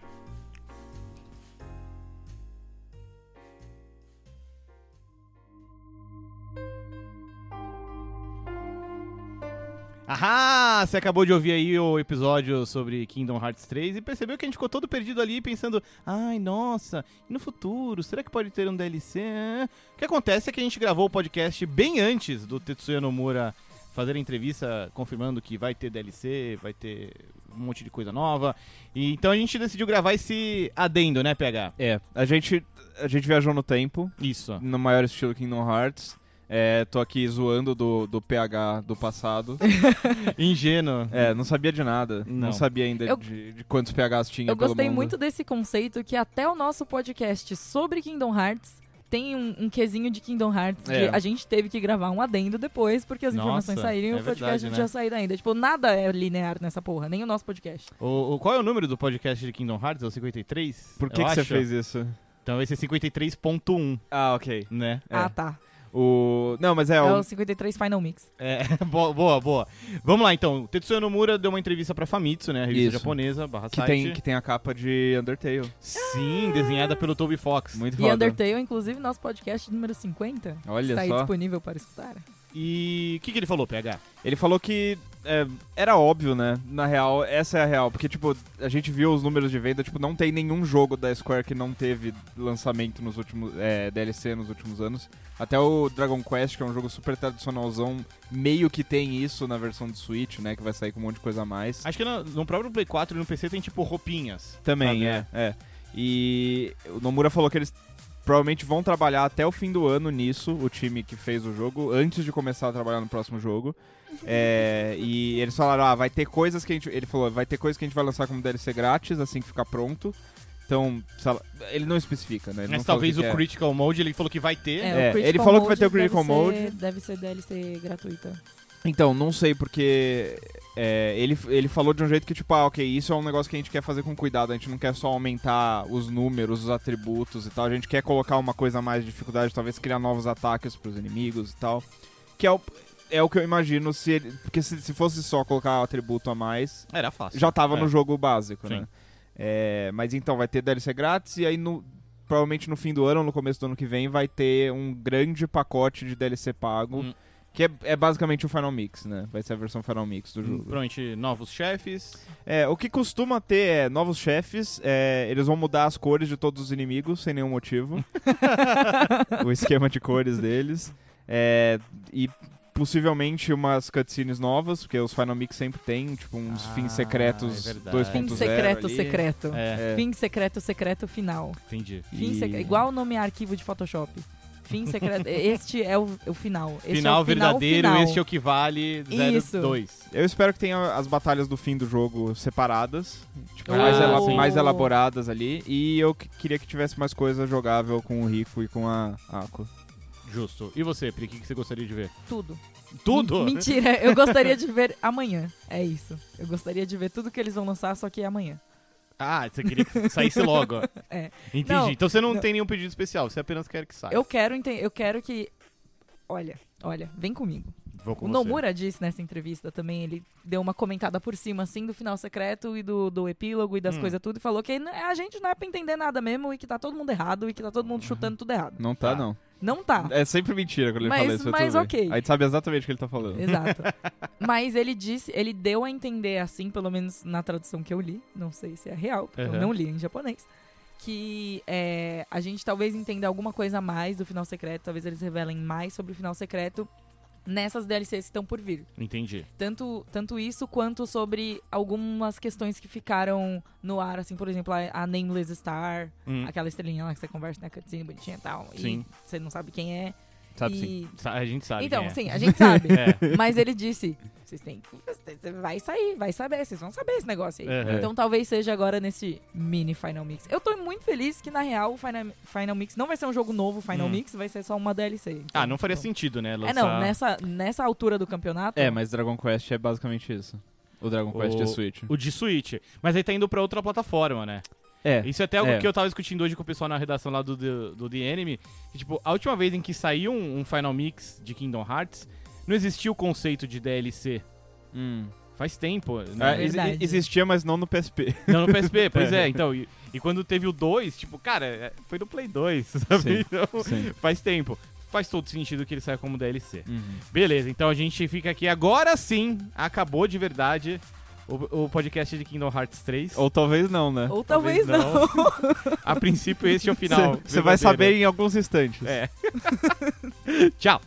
Ahá! Você acabou de ouvir aí o episódio sobre Kingdom Hearts 3 e percebeu que a gente ficou todo perdido ali pensando: ai, nossa, e no futuro? Será que pode ter um DLC? Hã?" O que acontece é que a gente gravou o podcast bem antes do Tetsuya Nomura fazer a entrevista confirmando que vai ter DLC, vai ter um monte de coisa nova. E então a gente decidiu gravar esse adendo, né, PH? É, a gente, a gente viajou no tempo, Isso. no maior estilo Kingdom Hearts. É, tô aqui zoando do, do PH do passado. Ingênuo. É, não sabia de nada. Não, Não. sabia ainda Eu- de, de quantos PHs tinha Eu pelo gostei mundo. muito desse conceito que até o nosso podcast sobre Kingdom Hearts tem um, um quesinho de Kingdom Hearts. de- É. a gente teve que gravar um adendo depois, porque as informações Nossa, saíram e é o podcast verdade, não né? tinha saído ainda. Tipo, nada é linear nessa porra, nem o nosso podcast. O, o- qual é o número do podcast de Kingdom Hearts? É o 53? Por que, Eu que você acho. fez isso? Então esse é 53.1, Ah, ok. né? É. Ah, tá. O... Não, mas é, É o... o 53 Final Mix. É, boa, boa, boa. Vamos lá então. Tetsuya Nomura deu uma entrevista pra Famitsu, né? A revista Isso. japonesa, barra que, site. tem, que tem a capa de Undertale. Sim, desenhada pelo Toby Fox. Muito E foda. Undertale, inclusive, nosso podcast número 50. Olha está aí só. disponível para escutar. E o que, que ele falou, PH? Ele falou que é, era óbvio, né? Na real, essa é a real. Porque, tipo, a gente viu os números de venda, tipo, não tem nenhum jogo da Square que não teve lançamento nos últimos. é, DLC nos últimos anos. Até o Dragon Quest, que é um jogo super tradicionalzão, meio que tem isso na versão de Switch, né? Que vai sair com um monte de coisa a mais. Acho que no, no próprio Play 4 e no PC tem tipo roupinhas. Também, sabe? é, é. E o Nomura falou que eles provavelmente vão trabalhar até o fim do ano nisso, o time que fez o jogo, antes de começar a trabalhar no próximo jogo. É, e eles falaram, ah, vai ter coisas que a gente... Ele falou, vai ter coisas que a gente vai lançar como DLC grátis, assim que ficar pronto. Então, sei lá, ele não especifica, né? Ele não Mas fala talvez que o que é. Critical Mode ele falou que vai ter. É, o É, ele Critical falou que vai ter o deve Critical ser- Mode. Deve ser DLC gratuita. Então, não sei, porque é, ele, ele falou de um jeito que, tipo, ah, ok, isso é um negócio que a gente quer fazer com cuidado, a gente não quer só aumentar os números, os atributos e tal, a gente quer colocar uma coisa a mais de dificuldade, talvez criar novos ataques pros inimigos e tal. Que é o, é o que eu imagino, se ele, porque se, se fosse só colocar atributo a mais, Era fácil. já tava É. no jogo básico, Sim. né? É, mas então, vai ter DLC grátis e aí no, provavelmente no fim do ano, ou no começo do ano que vem, vai ter um grande pacote de DLC pago. Hum. Que é, é basicamente o Final Mix, né? Vai ser a versão Final Mix do jogo. Pronto, novos chefes. É, o que costuma ter é novos chefes, é, eles vão mudar as cores de todos os inimigos, sem nenhum motivo. o esquema de cores deles. É, e possivelmente umas cutscenes novas, porque os Final Mix sempre tem, tipo, uns Ah, fins secretos é verdade. 2.0 Fim secreto, ali. secreto. É, É. Fim secreto, secreto final. entendi. Fim E- secre- Igual o nome é arquivo de Photoshop. Fim secreto. este é o, o final. Este final é o final verdadeiro, final. este é o que vale Isso. 02. Eu espero que tenha as batalhas do fim do jogo separadas, tipo, Ah, mais, ela- sim. mais elaboradas ali, e eu que- queria que tivesse mais coisa jogável com o Rico e com a Ako. Justo. E você, Pri, o que que você gostaria de ver? Tudo. Tudo? Men- Mentira, eu gostaria de ver amanhã. É isso. Eu gostaria de ver tudo que eles vão lançar, só que é amanhã. Ah, você queria que saísse logo. É. Entendi. Não, então você não, não. tem nenhum pedido especial, você apenas quer que saia. Eu quero enten- Eu quero que. Olha, olha, vem comigo. Vou com o você. Nomura disse nessa entrevista também, ele deu uma comentada por cima, assim, do final secreto e do, do epílogo e das Hum. coisas tudo, e falou que n- a gente não é pra entender nada mesmo e que tá todo mundo errado e que tá todo Uhum. mundo chutando tudo errado. Não tá, Tá. não. Não tá. É sempre mentira quando ele Mas- fala isso. eu mas tô vendo. ok. Aí tu sabe exatamente o que ele tá falando. Exato. Mas ele disse, ele deu a entender assim, pelo menos na tradução que eu li, não sei se é real, porque Uhum. eu não li em japonês, que é, a gente talvez entenda alguma coisa a mais do final secreto, talvez eles revelem mais sobre o final secreto nessas DLCs que estão por vir. Entendi. Tanto, tanto isso quanto sobre algumas questões que ficaram no ar, assim, por exemplo, a, a Nameless Star, Hum. aquela estrelinha lá que você conversa na cutscene bonitinha e tal, Sim. e você não sabe quem é. Sabe e... sim. Sa- A gente sabe. Então, quem é. sim, a gente sabe. É. Mas ele disse: vocês têm que. Você vai sair, vai saber, vocês vão saber esse negócio aí. Uhum. Então talvez seja agora nesse mini Final Mix. Eu tô muito feliz que, na real, o Final, Final Mix não vai ser um jogo novo, Final Hum. Mix, vai ser só uma DLC. Então, Ah, não faria então- sentido, né? É, Lançar... não, nessa, nessa altura do campeonato. É, mas Dragon Quest é basicamente isso. O Dragon Quest O- de Switch. O de Switch. Mas aí tá indo pra outra plataforma, né? É. Isso é até algo É. que eu tava discutindo hoje com o pessoal na redação lá do, do, do The Enemy. Que, tipo, a última vez em que saiu um, um Final Mix de Kingdom Hearts, não existia o conceito de DLC. Hum. Faz tempo. Ah, Né? exi- Verdade. existia, mas não no PSP. Não, no PSP, pois é. Então, e, e quando teve o 2, tipo, cara, é- foi no Play 2, sabe? Sim. Então, Sim. faz tempo. Faz todo sentido que ele saia como DLC. Beleza, então a gente fica aqui. Agora sim, acabou de verdade o, o podcast de Kingdom Hearts 3. Ou talvez não, né? Ou talvez, não. a princípio, esse é o final. Você vai verdadeiro. É, saber em alguns instantes. É. Tchau.